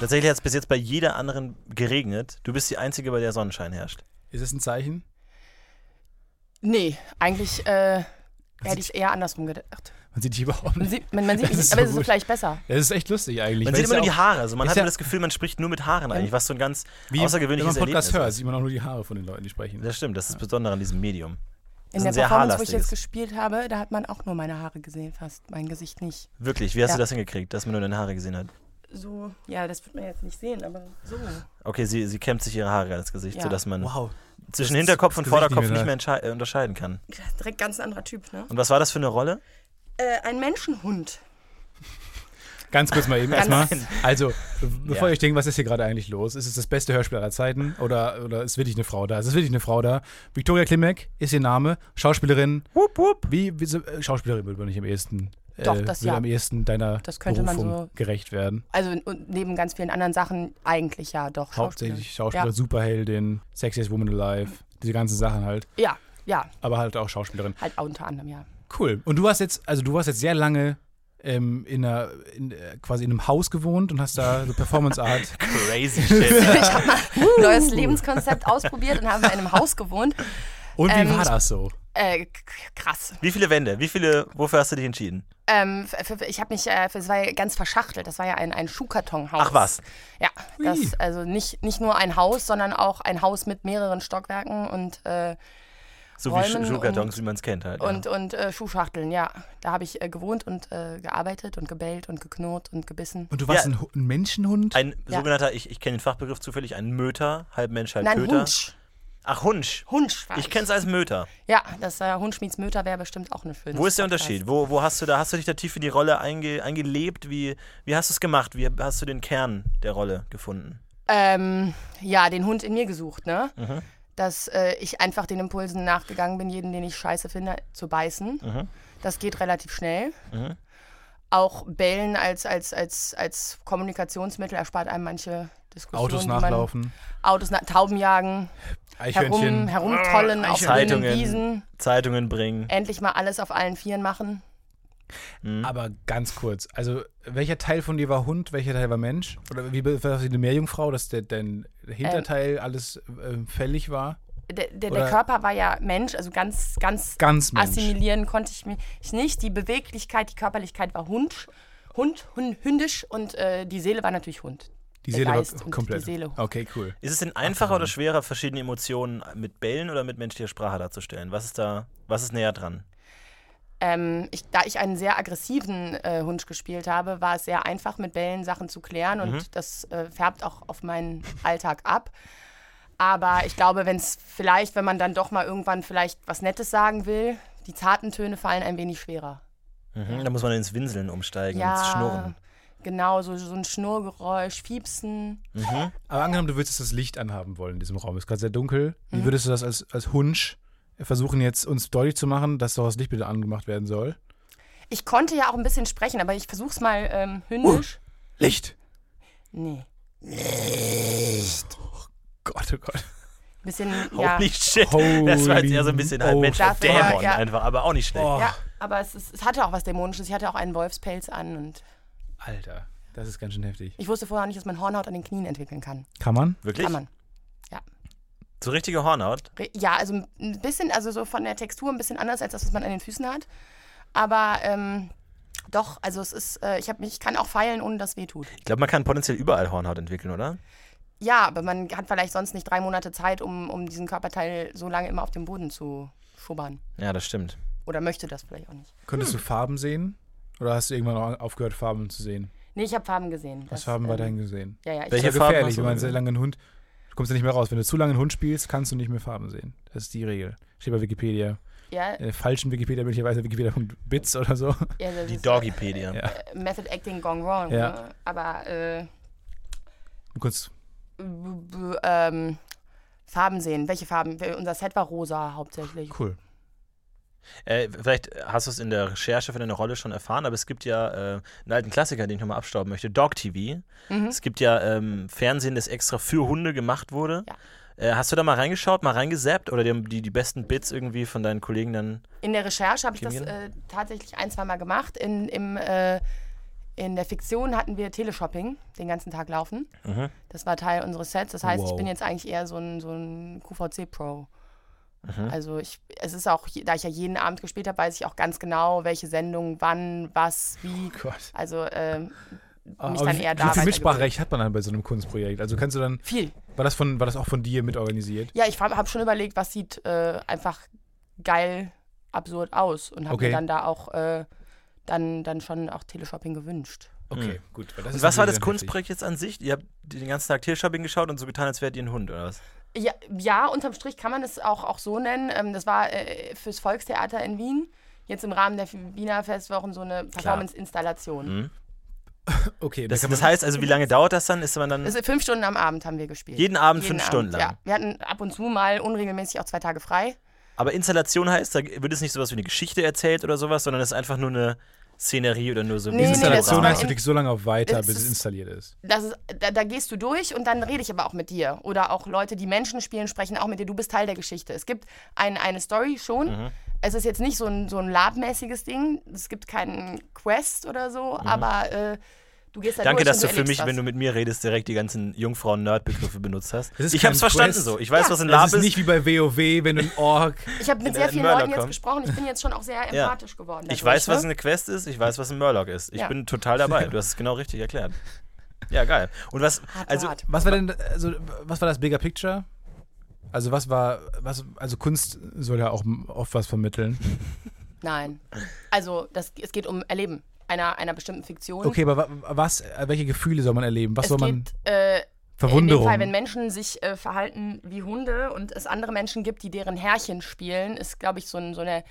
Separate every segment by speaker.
Speaker 1: Tatsächlich hat es bis jetzt bei jeder anderen geregnet. Du bist die Einzige, bei der Sonnenschein herrscht.
Speaker 2: Ist es ein Zeichen?
Speaker 3: Nee, eigentlich äh, hätte ich es eher andersrum gedacht.
Speaker 2: Man sieht dich überhaupt
Speaker 3: Man
Speaker 2: nicht.
Speaker 3: sieht, man, man sieht
Speaker 2: Das
Speaker 3: mich,
Speaker 2: ist so
Speaker 3: aber es ist
Speaker 2: gut.
Speaker 3: vielleicht besser.
Speaker 2: Das ist echt lustig eigentlich.
Speaker 1: Man
Speaker 2: weil
Speaker 1: sieht
Speaker 2: es
Speaker 1: immer
Speaker 2: ja
Speaker 1: nur die
Speaker 2: auch-
Speaker 1: Haare. Also man
Speaker 2: ist
Speaker 1: hat
Speaker 2: ja-
Speaker 1: immer das Gefühl, man spricht nur mit Haaren eigentlich, was so ein ganz
Speaker 2: Wie, wenn man
Speaker 1: außergewöhnliches Erlebnis
Speaker 2: Podcast hört,
Speaker 1: ist.
Speaker 2: sieht man auch nur die Haare von den Leuten, die sprechen.
Speaker 1: Das stimmt, das ist das Besondere an diesem Medium.
Speaker 3: In
Speaker 1: ist
Speaker 3: der
Speaker 1: ein sehr
Speaker 3: Performance, wo ich jetzt
Speaker 1: haarlastiges.
Speaker 3: gespielt habe, da hat man auch nur meine Haare gesehen, fast mein Gesicht nicht.
Speaker 1: Wirklich, wie hast
Speaker 3: Ja.
Speaker 1: du das hingekriegt, dass man nur deine Haare gesehen hat?
Speaker 3: So, ja, das wird man jetzt nicht sehen, aber so.
Speaker 1: Okay, sie, sie kämmt sich ihre Haare ins Gesicht,
Speaker 3: Ja.
Speaker 1: sodass man
Speaker 2: Wow.
Speaker 1: zwischen
Speaker 2: das
Speaker 1: Hinterkopf und
Speaker 2: Gesicht nicht
Speaker 1: Vorderkopf
Speaker 2: mehr
Speaker 1: nicht mehr entschei- äh, unterscheiden kann.
Speaker 3: Direkt ganz ein anderer Typ, ne?
Speaker 1: Und was war das für eine Rolle?
Speaker 3: Äh, ein Menschenhund.
Speaker 2: Ganz kurz mal eben
Speaker 3: Ganz-
Speaker 2: erstmal. Also, be- bevor
Speaker 1: Ja.
Speaker 2: ihr euch denkt, was ist hier gerade eigentlich los? Ist es das beste Hörspiel aller Zeiten? Oder, oder ist wirklich eine Frau da? Es ist wirklich eine Frau da. Victoria Klimek ist ihr Name. Schauspielerin.
Speaker 1: Wupp, wupp.
Speaker 2: Wie, wie so- äh, Schauspielerin würde man nicht am ehesten. äh,
Speaker 3: Doch, das
Speaker 2: würde
Speaker 3: ja.
Speaker 2: am ehesten deiner
Speaker 3: Das könnte man
Speaker 2: Berufung
Speaker 3: so-
Speaker 2: gerecht werden.
Speaker 3: Also in- und neben ganz vielen anderen Sachen eigentlich ja doch.
Speaker 2: Hauptsächlich Schauspieler,
Speaker 3: Schauspielerin.
Speaker 2: Superheldin, Sexiest Woman Alive, diese ganzen Sachen halt.
Speaker 3: Ja, ja, ja,
Speaker 2: Aber halt auch Schauspielerin.
Speaker 3: halt auch unter anderem, ja.
Speaker 2: Cool. Und du hast jetzt, also du hast jetzt sehr lange ähm, in einer, in, äh, quasi in einem Haus gewohnt und hast da so Performance Art.
Speaker 3: Äh,
Speaker 1: Crazy shit.
Speaker 3: Ich habe mal ein neues Lebenskonzept ausprobiert und habe in einem Haus gewohnt.
Speaker 2: Und wie
Speaker 3: Ähm,
Speaker 2: war das so?
Speaker 3: Äh, k- krass.
Speaker 1: Wie viele Wände? Wie viele, wofür hast du dich entschieden?
Speaker 3: Ähm, f- f- ich habe mich, äh, f- es war ja ganz verschachtelt. Das war ja ein, ein Schuhkartonhaus.
Speaker 1: Ach was.
Speaker 3: Ja,
Speaker 2: Ui.
Speaker 3: das, also nicht, nicht nur ein Haus, sondern auch ein Haus mit mehreren Stockwerken und, äh,
Speaker 1: So wie Sch-
Speaker 3: Räumen
Speaker 1: Schuhkartons, wie man es kennt halt.
Speaker 3: und, und äh, Schuhschachteln, ja. Da habe ich äh, gewohnt und äh, gearbeitet und gebellt und geknurrt und gebissen.
Speaker 2: Und du warst
Speaker 1: Ja.
Speaker 2: ein, Hu- ein Menschenhund?
Speaker 1: ja. Ein
Speaker 3: Ja.
Speaker 1: sogenannter, ich, ich kenne den Fachbegriff zufällig, ein Möter, halb Mensch, halb
Speaker 3: Nein,
Speaker 1: Köter.
Speaker 3: Hunsch.
Speaker 1: Ach, Hunsch.
Speaker 3: Hunsch war
Speaker 1: Ich kenne es als Möter.
Speaker 3: Ja, das äh, Hundschmieds Möter wäre bestimmt auch eine schöne
Speaker 1: Wo ist der Unterschied? Wo, wo hast du da, hast du dich da tief in die Rolle einge, eingelebt? Wie, wie hast du es gemacht? Wie hast du den Kern der Rolle gefunden?
Speaker 3: Ähm, ja, den Hund in mir gesucht, ne? Dass äh, ich einfach den Impulsen nachgegangen bin, jeden, den ich scheiße finde, zu beißen. Das geht relativ schnell. Auch Bellen als, als, als, als Kommunikationsmittel erspart einem manche Diskussionen.
Speaker 2: Autos
Speaker 3: die man-
Speaker 2: nachlaufen,
Speaker 3: Autos nach Tauben jagen, herum,
Speaker 2: Eichhörnchen.
Speaker 3: herumtrollen auf grünen
Speaker 1: Zeitungen.
Speaker 3: Wiesen,
Speaker 1: Zeitungen bringen.
Speaker 3: endlich mal alles auf allen Vieren machen.
Speaker 2: Mhm. Aber ganz kurz, also welcher Teil von dir war Hund, welcher Teil war Mensch? Oder wie be- warst du eine Meerjungfrau, dass der, dein Hinterteil
Speaker 3: Ähm.
Speaker 2: alles äh, fällig war?
Speaker 3: Der, der,
Speaker 2: Oder-
Speaker 3: der Körper war ja Mensch, also ganz, ganz
Speaker 2: Ganz Mensch.
Speaker 3: assimilieren konnte ich mich nicht. Die Beweglichkeit, die Körperlichkeit war Hund, Hund, Hun- hündisch und äh, die Seele war natürlich Hund.
Speaker 2: Die
Speaker 3: der
Speaker 2: Seele war
Speaker 3: Geist und
Speaker 2: komplett.
Speaker 3: die Seele.
Speaker 2: Okay, cool.
Speaker 1: Ist es denn einfacher oder schwerer, verschiedene Emotionen mit Bällen oder mit menschlicher Sprache darzustellen? Was ist da, was ist näher dran?
Speaker 3: Ähm, ich, da ich einen sehr aggressiven äh, Hund gespielt habe, war es sehr einfach, mit Bällen Sachen zu klären und das äh, färbt auch auf meinen Alltag ab. Aber ich glaube, wenn es vielleicht, wenn man dann doch mal irgendwann vielleicht was Nettes sagen will, die zarten Töne fallen ein wenig schwerer.
Speaker 1: Mhm. Da muss man ins Winseln umsteigen, ins Schnurren.
Speaker 3: Genau, so, so ein Schnurgeräusch, Fiepsen.
Speaker 2: Aber angenommen, du würdest das Licht anhaben wollen in diesem Raum. Ist gerade sehr dunkel. Wie würdest du das als, als Hunsch versuchen, jetzt uns deutlich zu machen, dass doch das Licht bitte angemacht werden soll?
Speaker 3: Ich konnte ja auch ein bisschen sprechen, aber ich versuch's mal ähm, hündisch.
Speaker 2: Licht!
Speaker 3: Nee.
Speaker 2: Gott, oh Gott.
Speaker 3: Ein bisschen, ja.
Speaker 1: Holy shit.
Speaker 2: Holy
Speaker 1: das war jetzt eher so ein bisschen halt
Speaker 2: oh.
Speaker 1: Mensch, halb
Speaker 3: Das war-
Speaker 1: Dämon
Speaker 3: ja.
Speaker 1: einfach, aber auch nicht schlecht.
Speaker 2: Oh,
Speaker 3: ja, aber es, ist, es hatte auch was Dämonisches. Ich hatte auch einen Wolfspelz an und
Speaker 2: Alter, das ist ganz schön heftig.
Speaker 3: ich wusste vorher auch nicht, dass man Hornhaut an den Knien entwickeln kann.
Speaker 2: Kann man?
Speaker 1: Wirklich?
Speaker 3: Kann man.
Speaker 1: So richtige Hornhaut?
Speaker 3: Re- Ja, also ein bisschen, also so von der Textur ein bisschen anders als das, was man an den Füßen hat. Aber ähm, doch, also es ist, äh, ich, hab, mich- ich kann auch feilen, ohne dass weh tut.
Speaker 1: Ich glaube, man kann potenziell überall Hornhaut entwickeln, oder?
Speaker 3: Ja, aber man hat vielleicht sonst nicht drei Monate Zeit, um, um diesen Körperteil so lange immer auf dem Boden zu schubbern.
Speaker 1: Ja, das stimmt.
Speaker 3: Oder möchte das vielleicht auch nicht.
Speaker 2: Könntest du Farben sehen? Oder hast du irgendwann auch aufgehört, Farben zu sehen?
Speaker 3: Nee, ich habe Farben gesehen.
Speaker 2: Was äh,
Speaker 3: Das,
Speaker 2: Farben
Speaker 3: ähm,
Speaker 2: weiterhin gesehen?
Speaker 3: Ja, ja,
Speaker 1: Welche
Speaker 3: ich
Speaker 2: Welche
Speaker 3: glaub,
Speaker 2: ist ja
Speaker 1: Farben
Speaker 2: gefährlich,
Speaker 1: hast du
Speaker 2: wenn man
Speaker 1: gesehen?
Speaker 2: sehr lange einen Hund. Du kommst ja nicht mehr raus. Wenn du zu lange einen Hund spielst, kannst du nicht mehr Farben sehen. Das ist die Regel. Steht bei Wikipedia.
Speaker 3: ja,
Speaker 2: Äh, falschen Wikipedia möglicherweise Wikipedia.bits oder so.
Speaker 3: ja, das
Speaker 1: Die
Speaker 3: ist,
Speaker 1: Doggypedia.
Speaker 2: Ja.
Speaker 3: äh, Method Acting Gone Wrong.
Speaker 2: Ja.
Speaker 3: Ne? Aber äh,
Speaker 2: Du kannst
Speaker 3: b- b- ähm, Farben sehen. Welche Farben? Wir- Unser Set war rosa hauptsächlich.
Speaker 2: cool.
Speaker 1: Äh, vielleicht hast du es in der Recherche für deine Rolle schon erfahren, aber es gibt ja äh, einen alten Klassiker, den ich nochmal abstauben möchte, Dog TV. Es gibt ja ähm, Fernsehen, das extra für Hunde gemacht wurde.
Speaker 3: Ja.
Speaker 1: Äh, hast du da mal reingeschaut, mal reingesappt oder die, die, die besten Bits irgendwie von deinen Kollegen dann?
Speaker 3: In der Recherche habe ich das
Speaker 1: Kilian?
Speaker 3: äh, tatsächlich ein, zweimal gemacht. In, im, äh, In der Fiktion hatten wir Teleshopping den ganzen Tag laufen.
Speaker 2: Mhm.
Speaker 3: Das war Teil unseres Sets. Das heißt, ich
Speaker 2: Wow.
Speaker 3: bin jetzt eigentlich eher so ein, so ein QVC-Pro.
Speaker 2: Mhm.
Speaker 3: Also ich, es ist auch, je- da ich ja jeden Abend gespielt habe, weiß ich auch ganz genau, welche Sendung, wann, was, wie.
Speaker 2: Gott.
Speaker 3: Also ähm,
Speaker 2: Ah, Aber
Speaker 3: mich dann
Speaker 2: wie, wie
Speaker 3: eher da
Speaker 2: viel
Speaker 3: weitergebildet.
Speaker 2: Mitspracherecht hat man dann bei so einem Kunstprojekt? Also kannst du dann,
Speaker 3: viel.
Speaker 2: war das, von, war das auch von dir mitorganisiert?
Speaker 3: Ja, ich habe schon überlegt, was sieht äh, einfach geil, absurd aus und habe
Speaker 2: Okay.
Speaker 3: mir dann da auch äh, dann, dann schon auch Teleshopping gewünscht.
Speaker 2: Okay, gut. weil das
Speaker 1: Hm. Und was war
Speaker 2: ist natürlich
Speaker 1: das
Speaker 2: dann heftig.
Speaker 1: Kunstprojekt jetzt an sich? Ihr habt den ganzen Tag Tiershopping geschaut und so getan, als wärt ihr ein Hund, oder was?
Speaker 3: Ja, ja, unterm Strich kann man es auch, auch so nennen. Ähm, das war äh, fürs Volkstheater in Wien. Jetzt im Rahmen der Wiener Festwochen so eine
Speaker 1: Mhm.
Speaker 3: Performance-Installation.
Speaker 2: Okay,
Speaker 1: Das,
Speaker 2: Mhm. da kann
Speaker 1: das
Speaker 2: man-
Speaker 1: heißt also, wie lange dauert das dann? Ist man dann.
Speaker 3: Also fünf Stunden am Abend haben wir gespielt.
Speaker 1: Jeden Abend fünf Stunden lang?
Speaker 3: Ja, wir hatten ab und zu mal unregelmäßig auch zwei Tage frei.
Speaker 1: Aber Installation heißt, da wird es nicht sowas wie eine Geschichte erzählt oder sowas, sondern es ist einfach nur eine Szenerie oder nur so ein
Speaker 3: Nee, nee,
Speaker 2: die
Speaker 3: das
Speaker 2: Installation
Speaker 3: war
Speaker 2: heißt, du
Speaker 3: in-
Speaker 2: klickst so lange auf weiter,
Speaker 3: Es
Speaker 2: bis es
Speaker 3: ist-
Speaker 2: installiert ist.
Speaker 3: Das ist, da, da gehst du durch und dann rede ich aber auch mit dir. Oder auch Leute, die Menschen spielen, sprechen auch mit dir. Du bist Teil der Geschichte. Es gibt ein, eine Story schon.
Speaker 1: Mhm.
Speaker 3: Es ist jetzt nicht so ein, so ein labmäßiges Ding. Es gibt keinen Quest oder so, aber äh, du gehst da
Speaker 1: Mhm. Danke,
Speaker 3: durch. und
Speaker 1: dass du für mich,
Speaker 3: erlebst
Speaker 1: wenn du
Speaker 3: was.
Speaker 1: mit mir redest, direkt die ganzen Jungfrauen-Nerd-Begriffe benutzt hast.
Speaker 2: Es ist
Speaker 1: Ich
Speaker 2: kein
Speaker 1: hab's verstanden
Speaker 2: Quest.
Speaker 1: so. Ich weiß, was ein Lab
Speaker 2: Das
Speaker 1: ist.
Speaker 2: ist nicht wie bei WoW, wenn du ein Ork.
Speaker 3: Ich habe mit sehr
Speaker 1: ein
Speaker 3: vielen
Speaker 1: Mörder
Speaker 3: Leuten jetzt
Speaker 1: kommt.
Speaker 3: gesprochen. Ich bin jetzt schon auch sehr
Speaker 1: Ja.
Speaker 3: empathisch geworden.
Speaker 1: ich
Speaker 3: dadurch,
Speaker 1: weiß,
Speaker 3: ne?
Speaker 1: was eine Quest ist, ich weiß, was ein Murloc ist. Ich
Speaker 3: Ja.
Speaker 1: bin total dabei. Du hast es genau richtig erklärt. Ja, geil. Und was,
Speaker 3: Hart,
Speaker 1: also,
Speaker 3: hart.
Speaker 2: Was war denn, also, was war das Bigger Picture? Also, was war, was, also Kunst soll ja auch oft was vermitteln.
Speaker 3: Nein. Also, das, es geht um Erleben einer, einer bestimmten Fiktion.
Speaker 2: Okay, aber wa- was, welche Gefühle soll man erleben? Was
Speaker 3: es
Speaker 2: soll man.
Speaker 3: geht, äh, In
Speaker 2: Verwunderung.
Speaker 3: dem Fall, wenn Menschen sich äh, verhalten wie Hunde und es andere Menschen gibt, die deren Herrchen spielen, ist, glaube ich, so ein, so, eine,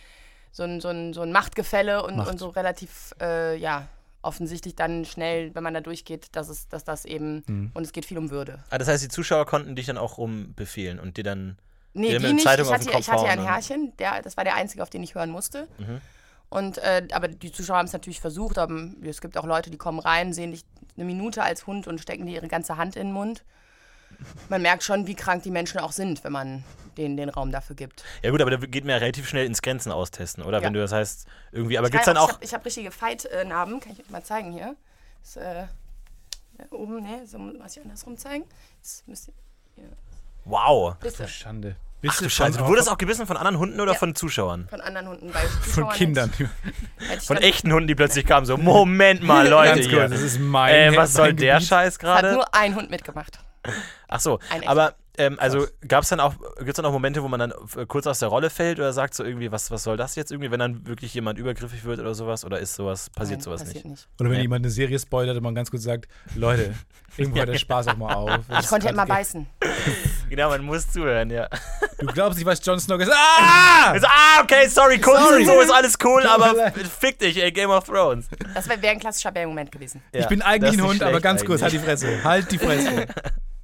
Speaker 3: so, ein, so, ein, so ein Machtgefälle und,
Speaker 2: Macht.
Speaker 3: und so relativ, äh, ja, offensichtlich dann schnell, wenn man da durchgeht, dass, es, dass das eben,
Speaker 2: Mhm.
Speaker 3: und es geht viel um Würde.
Speaker 1: ah, das heißt, die Zuschauer konnten dich dann auch rumbefehlen und dir dann. Die
Speaker 3: Nee,
Speaker 1: haben
Speaker 3: die
Speaker 1: eine
Speaker 3: nicht.
Speaker 1: Zeitung
Speaker 3: ich,
Speaker 1: auf
Speaker 3: hatte,
Speaker 1: den
Speaker 3: ja-
Speaker 1: Kopf
Speaker 3: ich hatte
Speaker 1: hauen
Speaker 3: ja
Speaker 1: ne? Mhm.
Speaker 3: ein
Speaker 1: und-
Speaker 3: Herrchen, der, das war der einzige, auf den ich hören musste. Und, äh, aber die Zuschauer haben es natürlich versucht, aber es gibt auch Leute, die kommen rein, sehen dich eine Minute als Hund und stecken dir ihre ganze Hand in den Mund. Man merkt schon, wie krank die Menschen auch sind, wenn man denen den Raum dafür gibt.
Speaker 1: Ja, gut, aber da geht mir ja relativ schnell ins Grenzen austesten, oder?
Speaker 3: Ja.
Speaker 1: Wenn du das heißt, irgendwie. Aber gibt's
Speaker 3: Kann-
Speaker 1: dann auch.
Speaker 3: Ich habe hab richtige Fight-Narben, kann ich euch mal zeigen hier. Das, äh, ja, oben, ne, so muss ich andersrum zeigen. Das müsst ihr,
Speaker 1: Wow.
Speaker 3: wisst ihr,
Speaker 2: Schande.
Speaker 1: Ach du Scheiße. Du wurdest auch gebissen von anderen Hunden oder
Speaker 3: Ja.
Speaker 1: von Zuschauern?
Speaker 3: von anderen Hunden bei
Speaker 2: von
Speaker 3: Zuschauern
Speaker 2: Kindern.
Speaker 3: hätte- hätte ich
Speaker 1: Von
Speaker 3: dann-
Speaker 1: echten Hunden, die plötzlich kamen, so: Moment mal, Ah, Leute.
Speaker 2: Ganz kurz,
Speaker 1: hier.
Speaker 2: das ist mein-
Speaker 1: Äh, was soll
Speaker 2: mein
Speaker 1: der
Speaker 2: Gebiet.
Speaker 1: Scheiß
Speaker 3: Es hat
Speaker 1: gerade?
Speaker 3: nur ein Hund mitgemacht.
Speaker 1: Ach so,
Speaker 3: Ein echter.
Speaker 1: aber ähm, also gab es dann auch, gibt's dann auch Momente, wo man dann äh, kurz aus der Rolle fällt oder sagt so irgendwie, was, was soll das jetzt irgendwie, wenn dann wirklich jemand übergriffig wird oder sowas? Oder ist sowas, passiert
Speaker 3: Nein,
Speaker 1: sowas
Speaker 3: passiert
Speaker 1: nicht?
Speaker 3: nicht.
Speaker 2: Oder wenn
Speaker 1: Nee.
Speaker 2: jemand eine Serie spoilert und man ganz kurz sagt: Leute, irgendwo hört der Spaß auch mal auf.
Speaker 3: Ich konnte immer beißen.
Speaker 1: Genau, man muss zuhören, ja.
Speaker 2: Du glaubst nicht, was Jon Snow gesagt Ah!
Speaker 1: Also, ah, okay, sorry, Kunst
Speaker 2: Sorry.
Speaker 1: und so ist alles cool,
Speaker 2: Tut mir
Speaker 1: aber
Speaker 2: leid.
Speaker 1: fick dich, ey, Game of Thrones.
Speaker 3: Das wäre wär ein klassischer Bär-Moment gewesen.
Speaker 1: Ja,
Speaker 2: ich bin
Speaker 1: das
Speaker 2: eigentlich
Speaker 1: ist
Speaker 2: ein Hund,
Speaker 1: nicht
Speaker 2: aber
Speaker 1: schlecht
Speaker 2: ganz kurz, halt die
Speaker 1: eigentlich.
Speaker 2: Fresse. Halt die Fresse.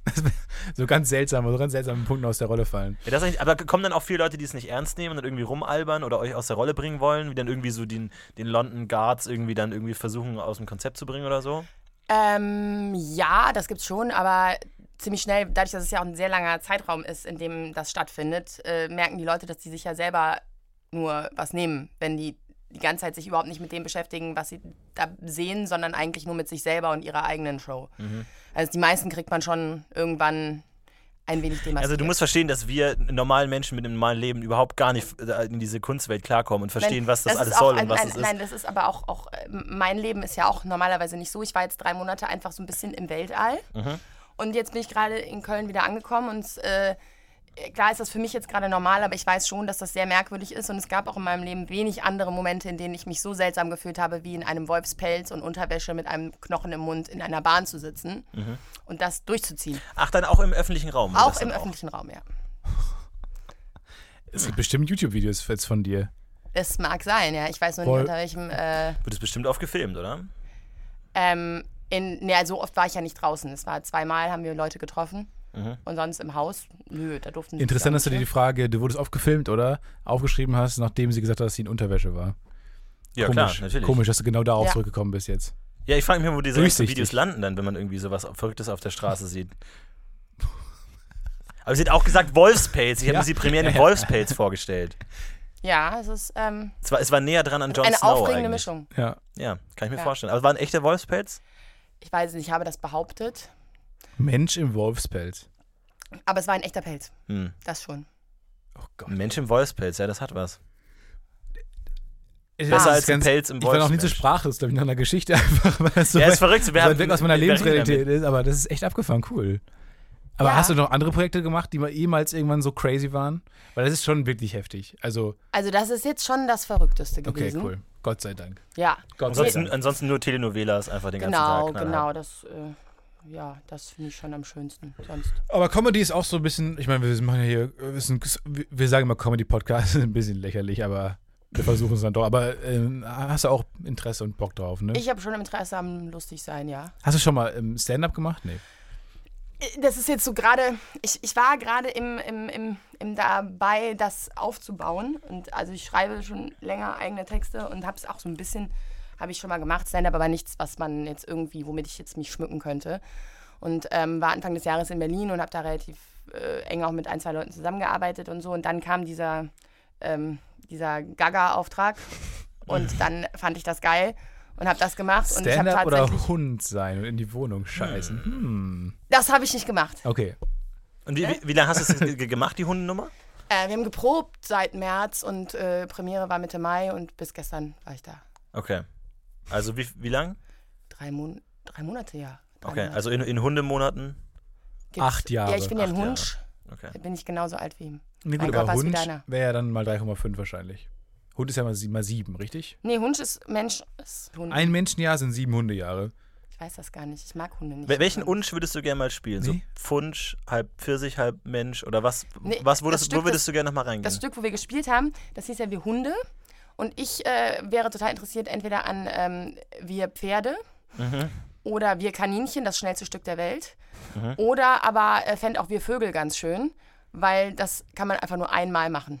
Speaker 2: Das wär- so ganz seltsam, so ganz seltsame Punkte aus der Rolle fallen.
Speaker 1: Ja, das ist eigentlich, aber kommen dann auch viele Leute, die es nicht ernst nehmen und dann irgendwie rumalbern oder euch aus der Rolle bringen wollen, wie dann irgendwie so den, den London Guards irgendwie dann irgendwie versuchen, aus dem Konzept zu bringen oder so?
Speaker 3: Ähm, ja, das gibt's schon, aber ziemlich schnell, dadurch, dass es ja auch ein sehr langer Zeitraum ist, in dem das stattfindet, äh, merken die Leute, dass die sich ja selber nur was nehmen, wenn die die ganze Zeit sich überhaupt nicht mit dem beschäftigen, was sie da sehen, sondern eigentlich nur mit sich selber und ihrer eigenen Show.
Speaker 1: Mhm.
Speaker 3: Also die meisten kriegt man schon irgendwann ein wenig demaskiert.
Speaker 1: Also du musst verstehen, dass wir normalen Menschen mit einem normalen Leben überhaupt gar nicht äh, in diese Kunstwelt klarkommen und verstehen,
Speaker 3: Nein,
Speaker 1: was das,
Speaker 3: ist
Speaker 1: alles
Speaker 3: auch
Speaker 1: soll
Speaker 3: ein-
Speaker 1: und was
Speaker 3: ein-
Speaker 1: es ist.
Speaker 3: Nein, das ist aber auch, auch, äh, mein Leben ist ja auch normalerweise nicht so. Ich war jetzt drei Monate einfach so ein bisschen im Weltall.
Speaker 1: Mhm.
Speaker 3: Und jetzt bin ich gerade in Köln wieder angekommen und äh, klar ist das für mich jetzt gerade normal, aber ich weiß schon, dass das sehr merkwürdig ist. Und es gab auch in meinem Leben wenig andere Momente, in denen ich mich so seltsam gefühlt habe, wie in einem Wolfspelz und Unterwäsche mit einem Knochen im Mund in einer Bahn zu sitzen und das durchzuziehen.
Speaker 1: Ach, dann auch im öffentlichen Raum. wird Mhm. das
Speaker 3: Auch
Speaker 1: dann
Speaker 3: im öffentlichen Raum, ja.
Speaker 2: Es gibt bestimmt YouTube-Videos jetzt von dir.
Speaker 3: Es mag sein, ja. Ich weiß nur
Speaker 2: Voll.
Speaker 3: nicht, unter welchem. Äh,
Speaker 1: Wird es bestimmt auch gefilmt, oder?
Speaker 3: Ähm, in, ne, so oft war ich ja nicht draußen. Es war zweimal, haben wir Leute getroffen.
Speaker 1: Mhm.
Speaker 3: Und sonst im Haus, nö, da durften
Speaker 2: Interessant, dass
Speaker 3: die
Speaker 2: du dir die Frage, du wurdest oft gefilmt, oder? Aufgeschrieben hast, nachdem sie gesagt hat, dass sie in Unterwäsche war.
Speaker 1: Ja,
Speaker 2: Komisch.
Speaker 1: klar, natürlich.
Speaker 2: Komisch, dass du genau darauf
Speaker 3: Ja.
Speaker 2: zurückgekommen bist jetzt.
Speaker 1: Ja, ich frage mich, wo diese ganzen
Speaker 2: Durchsichtig.
Speaker 1: Videos landen dann, wenn man irgendwie sowas Verrücktes auf der Straße sieht. Aber sie hat auch gesagt Wolfspelz. Ich habe
Speaker 2: Ja.
Speaker 1: mir sie primär in Wolfspelz vorgestellt.
Speaker 3: ne? Ja, es ist ähm,
Speaker 1: Es war, es war näher dran an Jon
Speaker 3: eine
Speaker 1: Snow
Speaker 3: aufregende
Speaker 1: eigentlich.
Speaker 3: Mischung.
Speaker 2: Ja.
Speaker 1: Ja, kann ich mir
Speaker 3: Ja.
Speaker 1: vorstellen. Aber waren echte Wolfspelz?
Speaker 3: Ich weiß es nicht, ich habe das behauptet,
Speaker 2: Mensch im Wolfspelz.
Speaker 3: aber es war ein echter Pelz,
Speaker 1: Hm.
Speaker 3: das schon.
Speaker 2: Oh Gott.
Speaker 1: Ein Mensch im Wolfspelz, ja, das hat was.
Speaker 2: Besser
Speaker 1: Besser als ein Pelz im
Speaker 2: Ich war noch nie so
Speaker 1: Wolfsmensch.
Speaker 2: sprachlos, glaube ich, nach einer Geschichte einfach. Weil das so
Speaker 1: Ja,
Speaker 2: weit-
Speaker 1: ist verrückt. Wir
Speaker 2: so
Speaker 1: haben,
Speaker 2: weit weg aus meiner
Speaker 1: wir reden
Speaker 2: Lebensrealität ist, aber das ist echt abgefahren, cool. Aber
Speaker 3: Ja.
Speaker 2: hast du noch andere Projekte gemacht, die mal jemals irgendwann so crazy waren? Weil das ist schon wirklich heftig. Also,
Speaker 3: Also das ist jetzt schon das Verrückteste
Speaker 2: okay,
Speaker 3: gewesen.
Speaker 2: cool. Gott sei Dank.
Speaker 3: Ja,
Speaker 2: Gott sei
Speaker 1: Ansonsten,
Speaker 2: Dank.
Speaker 1: ansonsten nur Telenovelas einfach den ganzen
Speaker 3: genau,
Speaker 1: Tag. knallhart.
Speaker 3: genau, das, äh, ja, das finde ich schon am schönsten. Sonst.
Speaker 1: Hm.
Speaker 2: Aber Comedy ist auch so ein bisschen, ich meine, wir machen ja hier, wir, sind, wir sagen immer Comedy-Podcast, ein bisschen lächerlich, aber wir versuchen es dann doch. Aber ähm, hast du auch Interesse und Bock drauf, ne?
Speaker 3: Ich habe schon Interesse am lustig sein, ja.
Speaker 2: hast du schon mal ähm, Stand-Up gemacht? Nee.
Speaker 3: Das ist jetzt so gerade, ich, ich war gerade im, im, im, im dabei, das aufzubauen. Und also ich schreibe schon länger eigene Texte und habe es auch so ein bisschen, habe ich schon mal gemacht, Stand-up, aber nichts, was man jetzt irgendwie, womit ich jetzt mich schmücken könnte. Und ähm, war Anfang des Jahres in Berlin und habe da relativ äh, eng auch mit ein, zwei Leuten zusammengearbeitet und so. Und dann kam dieser, ähm, dieser Gaga-Auftrag und dann fand ich das geil und habe das gemacht. Und ich habe
Speaker 2: Stand-Up
Speaker 3: tatsächlich,
Speaker 2: oder Hund sein und in die Wohnung scheißen? Hm.
Speaker 3: das habe ich nicht gemacht.
Speaker 2: Okay.
Speaker 1: Und wie, wie, wie lange hast du es ge- ge- gemacht, die Hundennummer?
Speaker 3: Äh, wir haben geprobt seit März und äh, Premiere war Mitte Mai und bis gestern war ich da.
Speaker 1: Okay. Also wie, wie lang?
Speaker 3: Drei, Mon drei Monate, ja. Drei
Speaker 1: Okay,
Speaker 3: Monate.
Speaker 1: also in, in Hundemonaten.
Speaker 3: Gibt's-
Speaker 2: acht Jahre.
Speaker 3: Ja, ich bin ja ein
Speaker 1: Acht
Speaker 3: Hund.
Speaker 1: Okay.
Speaker 3: Da bin ich genauso alt wie ihm.
Speaker 2: Nee,
Speaker 3: Mein
Speaker 2: gut, aber
Speaker 3: Körper ist wie
Speaker 2: Hund
Speaker 3: deiner.
Speaker 2: wäre ja dann mal 3,5 wahrscheinlich. Hund ist ja mal, sie- mal sieben, richtig?
Speaker 3: Nee, Hund ist Mensch. Ist Hund.
Speaker 2: Ein Menschenjahr sind sieben Hundejahre.
Speaker 3: ich weiß das gar nicht. Ich mag Hunde nicht.
Speaker 1: Wel- Welchen Unsch würdest du gerne mal spielen? So
Speaker 2: Nee.
Speaker 1: Pfunsch, halb Pfirsich, halb Mensch oder was?
Speaker 3: Nee,
Speaker 1: was
Speaker 3: das
Speaker 1: würdest,
Speaker 3: Stück,
Speaker 1: wo würdest du gerne nochmal reingehen?
Speaker 3: Das Stück, wo wir gespielt haben, das hieß ja Wir Hunde. Und ich äh, wäre total interessiert entweder an ähm, Wir Pferde
Speaker 1: Mhm.
Speaker 3: oder Wir Kaninchen, das schnellste Stück der Welt.
Speaker 1: Mhm.
Speaker 3: Oder aber äh, fände auch Wir Vögel ganz schön, weil das kann man einfach nur einmal machen.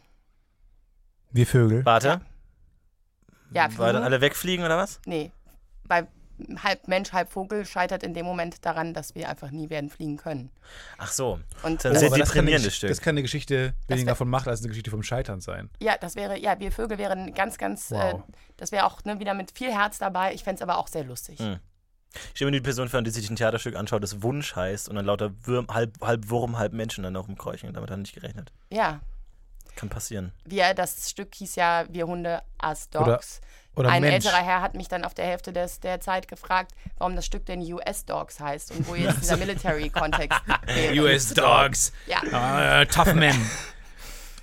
Speaker 2: Wir Vögel.
Speaker 1: Warte,
Speaker 3: Ja,
Speaker 1: weil
Speaker 3: Vögel,
Speaker 1: dann alle wegfliegen oder was?
Speaker 3: nee. Bei halb Mensch, halb Vogel scheitert in dem Moment daran, dass wir einfach nie werden fliegen können.
Speaker 1: Ach so.
Speaker 3: Und
Speaker 1: Dann
Speaker 3: das,
Speaker 1: sind-
Speaker 2: aber das kann eine
Speaker 1: deprimierendes
Speaker 2: Gesch-
Speaker 1: Stück.
Speaker 2: Das kann eine Geschichte weniger
Speaker 3: wär-
Speaker 2: von Macht als eine Geschichte vom Scheitern sein.
Speaker 3: ja, das wäre, ja, wir Vögel wären ganz, ganz, äh,
Speaker 2: Wow.
Speaker 3: das wäre auch ne, wieder mit viel Herz dabei. Ich fände es aber auch sehr lustig.
Speaker 1: Mhm. Ich stelle mir die Person vor, die sich ein Theaterstück anschaut, das Wunsch heißt und dann lauter Würm, halb, halb Wurm, halb Menschen dann auch rumkeuchen und damit hat er nicht gerechnet.
Speaker 3: Ja,
Speaker 1: Kann passieren.
Speaker 3: wir, das Stück hieß ja Wir Hunde as
Speaker 2: Oder-
Speaker 3: Dogs.
Speaker 2: oder
Speaker 3: Ein
Speaker 2: Mensch.
Speaker 3: älterer Herr hat mich dann auf der Hälfte des, der Zeit gefragt, warum das Stück denn US Dogs heißt und wo jetzt dieser Military-Kontext wäre.
Speaker 2: Dogs. Ah,
Speaker 3: Ja, Ah.
Speaker 2: tough Men.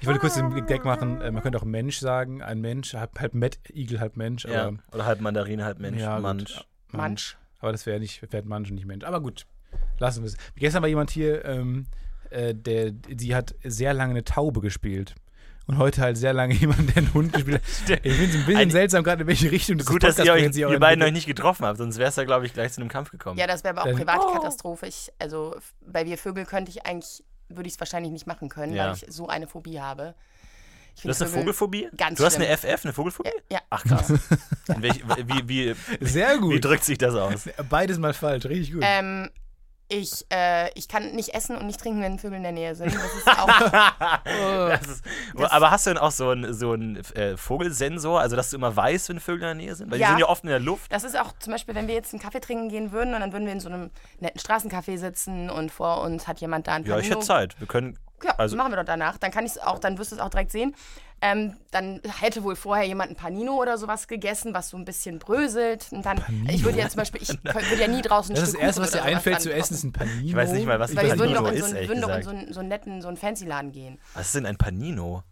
Speaker 2: Ich wollte kurz den Gag machen, äh, man könnte auch Mensch sagen, ein Mensch, halb, halb Matt, Igel, halb Mensch,
Speaker 1: Ja.
Speaker 2: aber,
Speaker 1: Oder halb Mandarin, halb Mensch.
Speaker 2: Ja, gut. Also
Speaker 1: Mansch.
Speaker 3: Mansch.
Speaker 2: aber das wäre nicht, wäre Mensch und nicht Mensch. Aber gut, lassen wir es. Gestern war jemand hier, ähm, äh, der, die hat sehr lange eine Taube gespielt. Und heute halt sehr lange jemand, der einen Hund gespielt hat. Ich finde es ein bisschen
Speaker 1: Ein-
Speaker 2: seltsam, gerade in welche Richtung das
Speaker 1: Gut, dass ihr, euch,
Speaker 2: Podcast-Projekt sich auch
Speaker 1: ihr beiden
Speaker 2: entwickelt.
Speaker 1: euch nicht getroffen habt, sonst wäre es ja, glaube ich, gleich zu einem Kampf gekommen.
Speaker 3: ja das wäre aber auch
Speaker 2: Dann-
Speaker 3: Privatkatastrophe. Ich, also f- bei Wir Vögel könnte ich eigentlich, würde ich es wahrscheinlich nicht machen können,
Speaker 1: Ja.
Speaker 3: weil ich so eine Phobie habe. Ich
Speaker 1: Du hast eine
Speaker 3: Vögel-
Speaker 1: Vogelphobie?
Speaker 3: Ganz
Speaker 1: du hast
Speaker 3: schlimm.
Speaker 1: eine FF, eine Vogelphobie?
Speaker 3: Ja,
Speaker 2: Ah.
Speaker 1: Ach krass. In welch, wie, wie,
Speaker 2: Sehr
Speaker 1: wie
Speaker 2: gut.
Speaker 1: drückt sich das aus?
Speaker 2: Beides mal falsch, richtig gut.
Speaker 3: ähm, ich, äh, ich kann nicht essen und nicht trinken, wenn Vögel in der Nähe sind. Das ist auch, Oh.
Speaker 1: Das ist, aber hast du denn auch so einen so einen, äh, Vogelsensor, also dass du immer weißt, wenn Vögel in der Nähe sind? Weil
Speaker 3: Ja.
Speaker 1: die sind ja oft in der Luft.
Speaker 3: das ist auch zum Beispiel, wenn wir jetzt einen Kaffee trinken gehen würden und dann würden wir in so einem netten Straßencafé sitzen und vor uns hat jemand da ein
Speaker 1: Ja, ich hätte Zeit. Wir können.
Speaker 3: Ja,
Speaker 1: Also-
Speaker 3: machen wir doch danach. Dann kann ich es auch, dann wirst du es auch direkt sehen. Ähm, dann hätte wohl vorher jemand ein Panino oder sowas gegessen, was so ein bisschen bröselt. Und dann, ich würde ja zum Beispiel, ich könnt- würde ja nie draußen ein
Speaker 2: Das ist
Speaker 3: Stück
Speaker 2: das Erste,
Speaker 3: Kuchen
Speaker 2: was dir
Speaker 3: oder sowas
Speaker 2: einfällt zu
Speaker 3: dann
Speaker 2: essen, ist ein Panino.
Speaker 1: Ich weiß nicht mal, was ein
Speaker 3: Weil wir
Speaker 1: Panino
Speaker 3: würden doch in so
Speaker 1: ist,
Speaker 3: einen,
Speaker 1: ehrlich
Speaker 3: würden doch in
Speaker 1: gesagt.
Speaker 3: so einen, so einen netten, so einen Fancy-Laden gehen.
Speaker 1: Was ist denn ein Panino?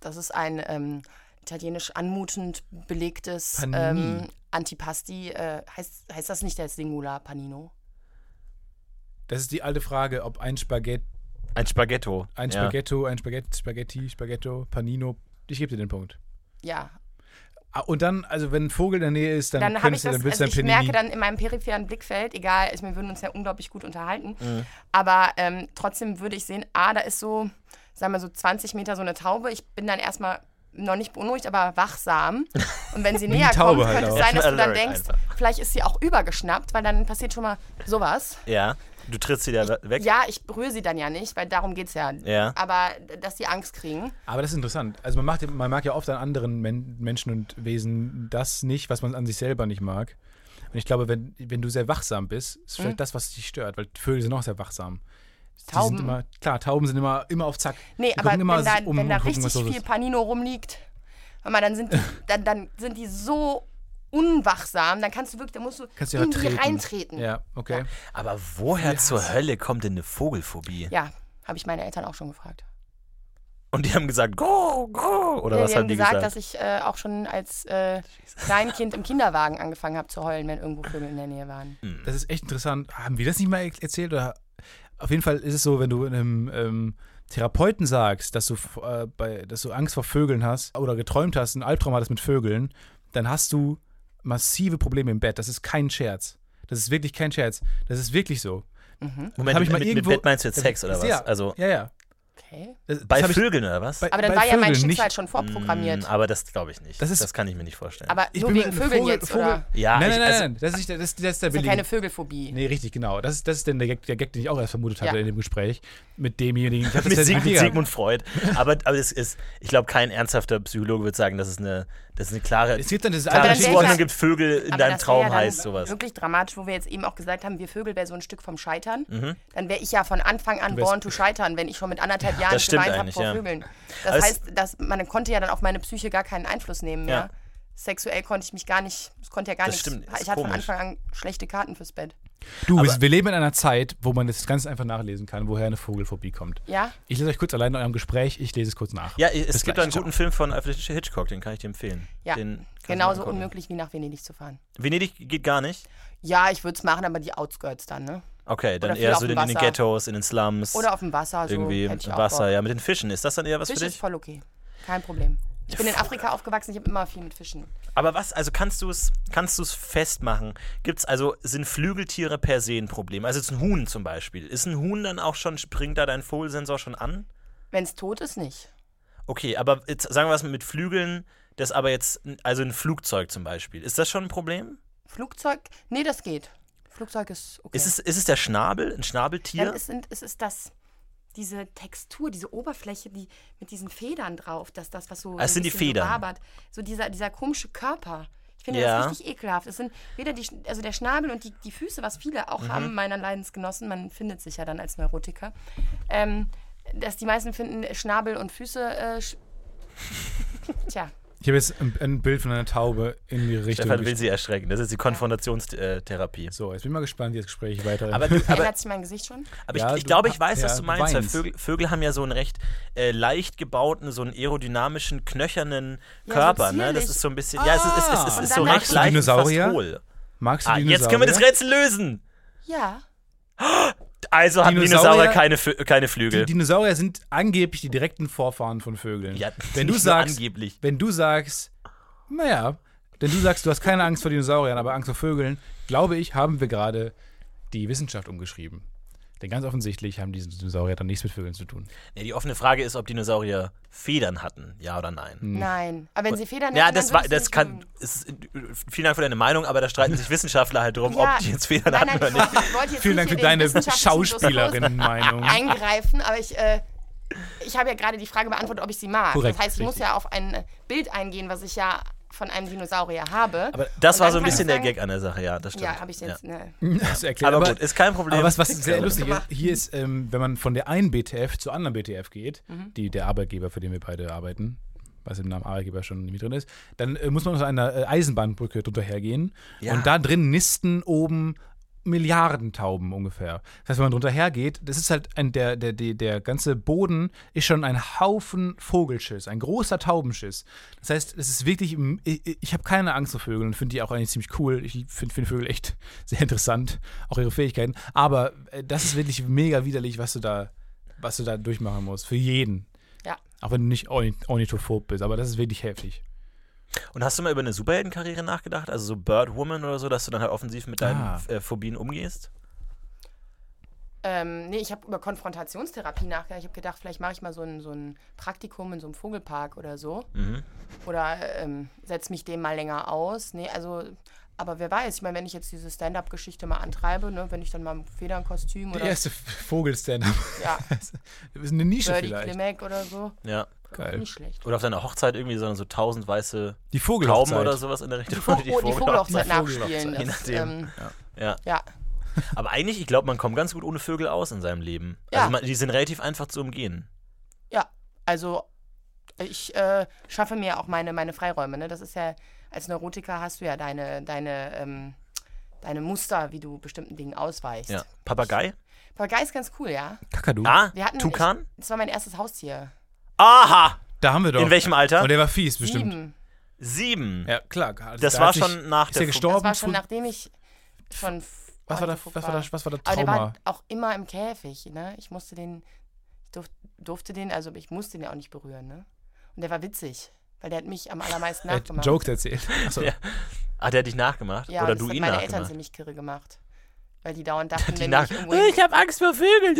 Speaker 3: Das ist ein ähm, italienisch anmutend belegtes
Speaker 2: Panini.
Speaker 3: ähm, Antipasti. Äh, heißt, heißt das nicht der Singular Panino?
Speaker 2: Das ist die alte Frage, ob ein Spaghetti,
Speaker 1: Ein Spaghetto.
Speaker 2: ein
Speaker 1: ja.
Speaker 2: Spaghetto, ein Spaghetti, Spaghetti, Spaghetto, Panino. Ich gebe dir den Punkt.
Speaker 3: Ja.
Speaker 2: Ah, Und dann, also wenn ein Vogel in der Nähe ist, dann,
Speaker 3: Dann habe ich
Speaker 2: könntest du,
Speaker 3: das,
Speaker 2: dann willst
Speaker 3: also
Speaker 2: du
Speaker 3: ich
Speaker 2: ein Panini.
Speaker 3: merke dann in meinem peripheren Blickfeld, egal, ich, wir würden uns ja unglaublich gut unterhalten,
Speaker 2: Mhm.
Speaker 3: aber ähm, trotzdem würde ich sehen, ah, da ist so, sagen wir so 20 Meter so eine Taube, ich bin dann erstmal noch nicht beunruhigt, aber wachsam. Und wenn sie näher
Speaker 2: die Taube
Speaker 3: kommt,
Speaker 2: halt
Speaker 3: könnte es
Speaker 2: auch.
Speaker 3: sein, dass du dann
Speaker 1: Alert
Speaker 3: denkst,
Speaker 1: einfach.
Speaker 3: vielleicht ist sie auch übergeschnappt, weil dann passiert schon mal sowas.
Speaker 1: Ja. Du trittst sie da weg.
Speaker 3: Ja, ich berühre sie dann ja nicht, weil darum geht es ja.
Speaker 1: Ja.
Speaker 3: Aber d- dass sie Angst kriegen.
Speaker 2: Aber das ist interessant. Also man, macht, ja- man mag ja oft an anderen Men Menschen und Wesen das nicht, was man an sich selber nicht mag. Und ich glaube, wenn, wenn du sehr wachsam bist, ist
Speaker 3: Mhm.
Speaker 2: vielleicht das, was dich stört, weil Vögel sind auch sehr wachsam. Die
Speaker 3: Tauben.
Speaker 2: sind immer, klar, Tauben sind immer, immer auf Zack.
Speaker 3: Nee,
Speaker 2: Die
Speaker 3: aber
Speaker 2: gucken immer
Speaker 3: wenn da,
Speaker 2: um
Speaker 3: wenn da
Speaker 2: und gucken,
Speaker 3: richtig
Speaker 2: was los
Speaker 3: viel
Speaker 2: ist.
Speaker 3: Panino rumliegt, hör mal, dann sind die, dann, dann sind die so unwachsam, dann kannst du wirklich, dann musst du,
Speaker 2: Kannst du ja
Speaker 3: in die
Speaker 2: treten.
Speaker 3: reintreten.
Speaker 2: Ja, okay.
Speaker 1: Aber woher zur Hölle kommt denn eine Vogelphobie?
Speaker 3: Ja, habe ich meine Eltern auch schon gefragt.
Speaker 1: Und die haben gesagt, groh, groh. Oder
Speaker 3: Ja,
Speaker 1: was
Speaker 3: die
Speaker 1: haben die gesagt?
Speaker 3: dass ich äh, auch schon als äh, Kleinkind im Kinderwagen angefangen habe zu heulen, wenn irgendwo Vögel in der Nähe waren.
Speaker 2: Das ist echt interessant. Haben wir das nicht mal er- erzählt? Oder? Auf jeden Fall ist es so, wenn du einem ähm, Therapeuten sagst, dass du, f- äh, bei, dass du Angst vor Vögeln hast oder geträumt hast, einen Albtraum hattest mit Vögeln, dann hast du massive Probleme im Bett. Das ist kein Scherz. Das ist wirklich kein Scherz. Das ist wirklich so.
Speaker 1: Moment,
Speaker 2: Hab ich mal
Speaker 1: mit,
Speaker 2: irgendwo-
Speaker 1: mit Bett meinst du jetzt Sex oder was?
Speaker 2: Ja,
Speaker 1: also
Speaker 2: ja, ja.
Speaker 3: Okay.
Speaker 2: Das,
Speaker 1: bei
Speaker 2: das hab ich-
Speaker 1: Vögeln oder was?
Speaker 2: bei-
Speaker 3: Aber dann
Speaker 2: bei
Speaker 3: war ja mein
Speaker 2: Vögeln
Speaker 3: Schicksal
Speaker 2: nicht-
Speaker 3: schon vorprogrammiert.
Speaker 1: Mm, aber das glaube ich nicht.
Speaker 2: Das
Speaker 1: Das,
Speaker 2: ist-
Speaker 1: kann ich mir nicht vorstellen.
Speaker 3: aber
Speaker 2: Ich
Speaker 3: nur
Speaker 2: bin
Speaker 3: wegen
Speaker 2: mit
Speaker 3: Vögeln
Speaker 2: Vogel-
Speaker 3: jetzt,
Speaker 2: Vogel-
Speaker 3: oder?
Speaker 1: ja,
Speaker 2: nein,
Speaker 1: ich,
Speaker 2: nein, nein,
Speaker 1: also,
Speaker 2: nein. Das ist, das ist, das ist der
Speaker 3: Das ist
Speaker 2: Billy.
Speaker 3: ja keine Vögelphobie.
Speaker 2: Nee, richtig, genau. Das ist, das ist denn der Gag, der Gag, den ich auch erst vermutet hatte
Speaker 3: Ja.
Speaker 2: in dem Gespräch mit demjenigen. Ich hab das
Speaker 1: Mit
Speaker 2: ja
Speaker 1: Sieg, mit
Speaker 2: mega-
Speaker 1: Sigmund Freud. Aber, aber es ist, ich glaube, kein ernsthafter Psychologe wird sagen, dass es eine, dass es eine klare,
Speaker 2: Es gibt dann dieses
Speaker 3: Aber
Speaker 1: klare
Speaker 3: dann
Speaker 2: andere
Speaker 3: denk
Speaker 1: Zuordnung
Speaker 3: mal-
Speaker 1: gibt, Vögel in deinem
Speaker 3: Aber das wär ja
Speaker 1: Traum
Speaker 3: dann
Speaker 1: heißt sowas.
Speaker 3: Wirklich dramatisch, wo wir jetzt eben auch gesagt haben, wir Vögel wäre so ein Stück vom Scheitern.
Speaker 1: Mhm.
Speaker 3: Dann wäre ich ja von Anfang an
Speaker 2: wärst-
Speaker 3: born to scheitern, wenn ich schon mit anderthalb Jahren
Speaker 1: das stimmt
Speaker 3: geweint habe
Speaker 1: eigentlich,
Speaker 3: vor
Speaker 1: ja.
Speaker 3: Vögeln. Das
Speaker 1: Aber es-
Speaker 3: heißt, dass man konnte ja dann auf meine Psyche gar keinen Einfluss nehmen mehr.
Speaker 1: Ja.
Speaker 3: Sexuell konnte ich mich gar nicht, es konnte ja gar
Speaker 1: Das
Speaker 3: nichts.
Speaker 1: stimmt, ist
Speaker 3: ich hatte von
Speaker 1: komisch.
Speaker 3: Anfang an schlechte Karten fürs Bett.
Speaker 2: Du, wir leben in einer Zeit, wo man das ganz einfach nachlesen kann, woher eine Vogelphobie kommt.
Speaker 3: Ja?
Speaker 2: Ich lese euch kurz allein in eurem Gespräch, ich lese es kurz nach.
Speaker 1: Ja, es
Speaker 2: Bis
Speaker 1: gibt
Speaker 2: gleich,
Speaker 1: einen guten Film von Alfred Hitchcock, den kann ich dir empfehlen.
Speaker 3: Ja.
Speaker 1: Den kannst du
Speaker 3: Genauso
Speaker 1: mal angucken.
Speaker 3: unmöglich wie nach Venedig zu fahren.
Speaker 1: Venedig geht gar nicht.
Speaker 3: Ja, ich würde es machen, aber die Outskirts dann, ne?
Speaker 1: Okay, dann
Speaker 3: Oder viel
Speaker 1: eher
Speaker 3: auf
Speaker 1: so
Speaker 3: dem
Speaker 1: den, in den
Speaker 3: Wasser.
Speaker 1: Ghettos, in den Slums,
Speaker 3: Oder auf dem Wasser. So
Speaker 1: irgendwie im
Speaker 3: hätte ich auch
Speaker 1: Wasser.
Speaker 3: Bock.
Speaker 1: Ja, mit den Fischen. Ist das dann eher was
Speaker 3: Fisch
Speaker 1: für
Speaker 3: ist
Speaker 1: dich?
Speaker 3: voll okay. Kein Problem. Ich bin in Afrika aufgewachsen, ich habe immer viel mit Fischen.
Speaker 1: Aber was, also kannst du es kannst du's festmachen? Gibt's also, sind Flügeltiere per se ein Problem? Also jetzt ein Huhn zum Beispiel. Ist ein Huhn dann auch schon, springt da dein Vogelsensor schon an?
Speaker 3: Wenn es tot ist, nicht.
Speaker 1: Okay, aber jetzt sagen wir was mit Flügeln, das aber jetzt, also ein Flugzeug zum Beispiel. Ist das schon ein Problem?
Speaker 3: Flugzeug, nee, das geht. Flugzeug ist okay.
Speaker 1: Ist, es, ist es der Schnabel, ein Schnabeltier?
Speaker 3: Dann ist, sind- es ist das, diese Textur, diese Oberfläche, die mit diesen Federn drauf, dass das, was so.
Speaker 1: Ah, es
Speaker 3: ein
Speaker 1: sind die
Speaker 3: bisschen so
Speaker 1: Federn.
Speaker 3: wabert. So dieser, dieser komische Körper. Ich finde
Speaker 1: Ja.
Speaker 3: das richtig ekelhaft. Es sind weder die, Sch- also der Schnabel und die, die Füße, was viele
Speaker 1: Mhm.
Speaker 3: auch haben, meiner Leidensgenossen, man findet sich ja dann als Neurotiker, ähm, dass die meisten finden Schnabel und Füße. Äh, sch- Tja,
Speaker 2: Ich habe jetzt ein, ein Bild von einer Taube in die Richtung.
Speaker 1: Stefan will
Speaker 2: gesch-
Speaker 1: sie erschrecken. Das ist die Konfrontationstherapie.
Speaker 2: so, jetzt bin ich mal gespannt, wie das Gespräch weiter.
Speaker 1: Aber, du, aber,
Speaker 3: ändert sich mein Gesicht schon?
Speaker 1: aber
Speaker 2: Ja,
Speaker 1: ich, ich
Speaker 2: du-
Speaker 1: glaube, ich weiß,
Speaker 2: ja,
Speaker 1: was du
Speaker 2: du
Speaker 1: meinst. Weil
Speaker 2: weinst.
Speaker 1: Vögel, Vögel haben ja so einen recht äh, leicht gebauten, so einen aerodynamischen, knöchernen
Speaker 3: Ja,
Speaker 1: Körper.
Speaker 3: so
Speaker 1: ne? Das
Speaker 3: zierlich.
Speaker 1: ist so ein bisschen. Ja, es ist, es ist, es
Speaker 2: Ah.
Speaker 1: ist
Speaker 3: Und
Speaker 1: so
Speaker 3: dann
Speaker 1: recht
Speaker 3: magst du
Speaker 1: leicht und
Speaker 2: Dinosaurier?
Speaker 1: fast hohl.
Speaker 2: Magst du
Speaker 1: Ah,
Speaker 2: Dinosaurier?
Speaker 1: jetzt können wir das Rätsel lösen.
Speaker 3: Ja.
Speaker 1: Also haben
Speaker 2: Dinosaurier-
Speaker 1: Dinosaurier keine, Fü- keine
Speaker 2: Die
Speaker 1: Flügel.
Speaker 2: Dinosaurier sind angeblich die direkten Vorfahren von Vögeln.
Speaker 1: Ja,
Speaker 2: wenn du
Speaker 1: nicht nur
Speaker 2: sagst,
Speaker 1: angeblich.
Speaker 2: wenn du sagst, naja, denn du sagst, du hast keine Angst vor Dinosauriern, aber Angst vor Vögeln, glaube ich, haben wir gerade die Wissenschaft umgeschrieben. Denn ganz offensichtlich haben diese Dinosaurier dann nichts mit Vögeln zu tun.
Speaker 1: Ja, die offene Frage ist, ob Dinosaurier Federn hatten, ja oder nein.
Speaker 2: Hm.
Speaker 3: Nein. Aber wenn sie Federn
Speaker 1: Ja,
Speaker 3: hätten,
Speaker 1: das
Speaker 3: dann
Speaker 1: war,
Speaker 3: würdest du
Speaker 1: das
Speaker 3: nicht
Speaker 1: kann.
Speaker 3: mögen.
Speaker 1: Ist, vielen Dank für deine Meinung, aber da streiten sich Wissenschaftler halt drum,
Speaker 3: Ja.
Speaker 1: ob die jetzt Federn
Speaker 3: Nein,
Speaker 1: hatten
Speaker 3: nein,
Speaker 1: oder
Speaker 3: ich
Speaker 1: nicht.
Speaker 3: wollte- wollte jetzt
Speaker 2: Vielen Dank
Speaker 3: nicht
Speaker 2: für
Speaker 3: in den
Speaker 2: deine
Speaker 3: wissenschaftlichen
Speaker 2: Schauspielerin-Meinung.
Speaker 3: Diskurs eingreifen, aber ich, äh, ich habe ja gerade die Frage beantwortet, ob ich sie mag.
Speaker 2: Korrekt,
Speaker 3: das heißt, ich muss
Speaker 2: richtig.
Speaker 3: ja auf ein äh, Bild eingehen, was ich ja von einem Dinosaurier habe.
Speaker 1: Aber das
Speaker 3: Und
Speaker 1: war so
Speaker 3: dann
Speaker 1: ein
Speaker 3: kann ich
Speaker 1: bisschen der
Speaker 3: sagen-
Speaker 1: Gag an der Sache, ja, das stimmt.
Speaker 3: Ja, habe ich jetzt. Ne.
Speaker 2: Das erklärt
Speaker 1: Aber, gut, ist kein Problem.
Speaker 2: Aber was, was
Speaker 1: Ist
Speaker 2: sehr
Speaker 1: kein
Speaker 2: lustig ist,
Speaker 3: gemacht.
Speaker 2: hier ist, ähm, wenn man von der einen BTF zur anderen BTF geht,
Speaker 1: Mhm.
Speaker 2: die der Arbeitgeber, für den wir beide arbeiten, was im Namen Arbeitgeber schon mit drin ist, dann äh, muss man unter einer äh, Eisenbahnbrücke drunter hergehen.
Speaker 1: Ja.
Speaker 2: Und da drin nisten oben Milliarden Tauben ungefähr. Das heißt, wenn man drunter hergeht, das ist halt ein, der, der, der, der ganze Boden ist schon ein Haufen Vogelschiss, ein großer Taubenschiss. Das heißt, es ist wirklich, m- ich, ich- ich habe keine Angst vor Vögeln und finde die auch eigentlich ziemlich cool. Ich finde find Vögel echt sehr interessant, auch ihre Fähigkeiten. Aber äh, das ist wirklich mega widerlich, was du da, was du da durchmachen musst. Für jeden.
Speaker 3: Ja.
Speaker 2: Auch wenn du nicht orni- ornithophob bist, aber das ist wirklich heftig.
Speaker 1: Und hast du mal über eine Superheldenkarriere nachgedacht? Also äh, so Birdwoman oder so, dass du dann halt offensiv mit deinen
Speaker 2: Ah.
Speaker 1: äh, Phobien umgehst?
Speaker 3: Ähm, nee, ich habe über Konfrontationstherapie nachgedacht. Ich habe gedacht, vielleicht mache ich mal so ein, so ein Praktikum in so einem Vogelpark oder so.
Speaker 1: Mhm.
Speaker 3: Oder ähm, setze mich dem mal länger aus. Nee, also, aber wer weiß, ich meine, wenn ich jetzt diese Stand-up-Geschichte mal antreibe, ne, wenn ich dann mal im Federnkostüm
Speaker 2: Der
Speaker 3: oder
Speaker 2: erste Vogel-Stand-up.
Speaker 3: ja,
Speaker 2: Das ist eine Nische
Speaker 3: Birdie
Speaker 2: vielleicht.
Speaker 3: Klimek oder so,
Speaker 1: Ja.
Speaker 2: Geil.
Speaker 3: nicht schlecht.
Speaker 1: Oder auf deiner Hochzeit irgendwie so, so tausend weiße
Speaker 2: Die
Speaker 1: Tauben
Speaker 2: Vogelhochzeit.
Speaker 1: oder sowas in der Richtung.
Speaker 3: Vog Oh, die Vogelhochzeit
Speaker 1: Die Vogelhochzeit,
Speaker 3: nachspielen.
Speaker 1: Je
Speaker 3: Das,
Speaker 1: nachdem.
Speaker 3: ähm,
Speaker 1: ja.
Speaker 3: ja,
Speaker 1: Aber eigentlich, ich glaube, man kommt ganz gut ohne Vögel aus in seinem Leben.
Speaker 3: Ja.
Speaker 1: Also man, die sind relativ einfach zu umgehen.
Speaker 3: ja, also ich äh, schaffe mir auch meine, meine Freiräume. Ne? Das ist ja, als Neurotiker hast du ja deine, deine, ähm, deine Muster, wie du bestimmten Dingen ausweichst.
Speaker 1: Ja. Papagei?
Speaker 3: Papagei ist ganz cool, ja.
Speaker 2: Kakadu.
Speaker 1: Ah,
Speaker 3: Wir hatten-
Speaker 1: Tukan?
Speaker 3: Das war mein erstes Haustier.
Speaker 1: Aha!
Speaker 2: Da haben wir doch.
Speaker 1: In welchem Alter?
Speaker 2: Und der war fies bestimmt.
Speaker 3: Sieben.
Speaker 1: Sieben.
Speaker 2: Ja, klar. Also
Speaker 1: Das
Speaker 2: da
Speaker 1: war
Speaker 2: hat sich-
Speaker 1: schon nach
Speaker 2: Ist
Speaker 1: der
Speaker 2: er
Speaker 1: Fu-
Speaker 2: gestorben?
Speaker 3: Das war schon
Speaker 2: Fu-
Speaker 3: nachdem ich schon. f-
Speaker 2: was, war da,
Speaker 3: Eulenfug
Speaker 2: was, war da, was war da
Speaker 3: Aber der
Speaker 2: Trauma?
Speaker 3: war auch immer im Käfig, ne? Ich musste den, ich durf, durfte den, also ich musste den auch nicht berühren, ne? Und der war witzig, weil der hat mich am allermeisten
Speaker 2: Er hat
Speaker 3: nachgemacht.
Speaker 2: Jokes erzählt. Also, Achso.
Speaker 1: Ja. Ah, der hat dich nachgemacht?
Speaker 3: ja,
Speaker 1: Oder
Speaker 3: und das
Speaker 1: du
Speaker 3: hat
Speaker 1: ihn
Speaker 3: meine Eltern
Speaker 1: nachgemacht?
Speaker 3: ziemlich kirre gemacht. Weil die dauernd dachten,
Speaker 1: Die
Speaker 3: wenn
Speaker 1: nach
Speaker 3: ich irgendwo
Speaker 1: habe Angst vor Vögeln.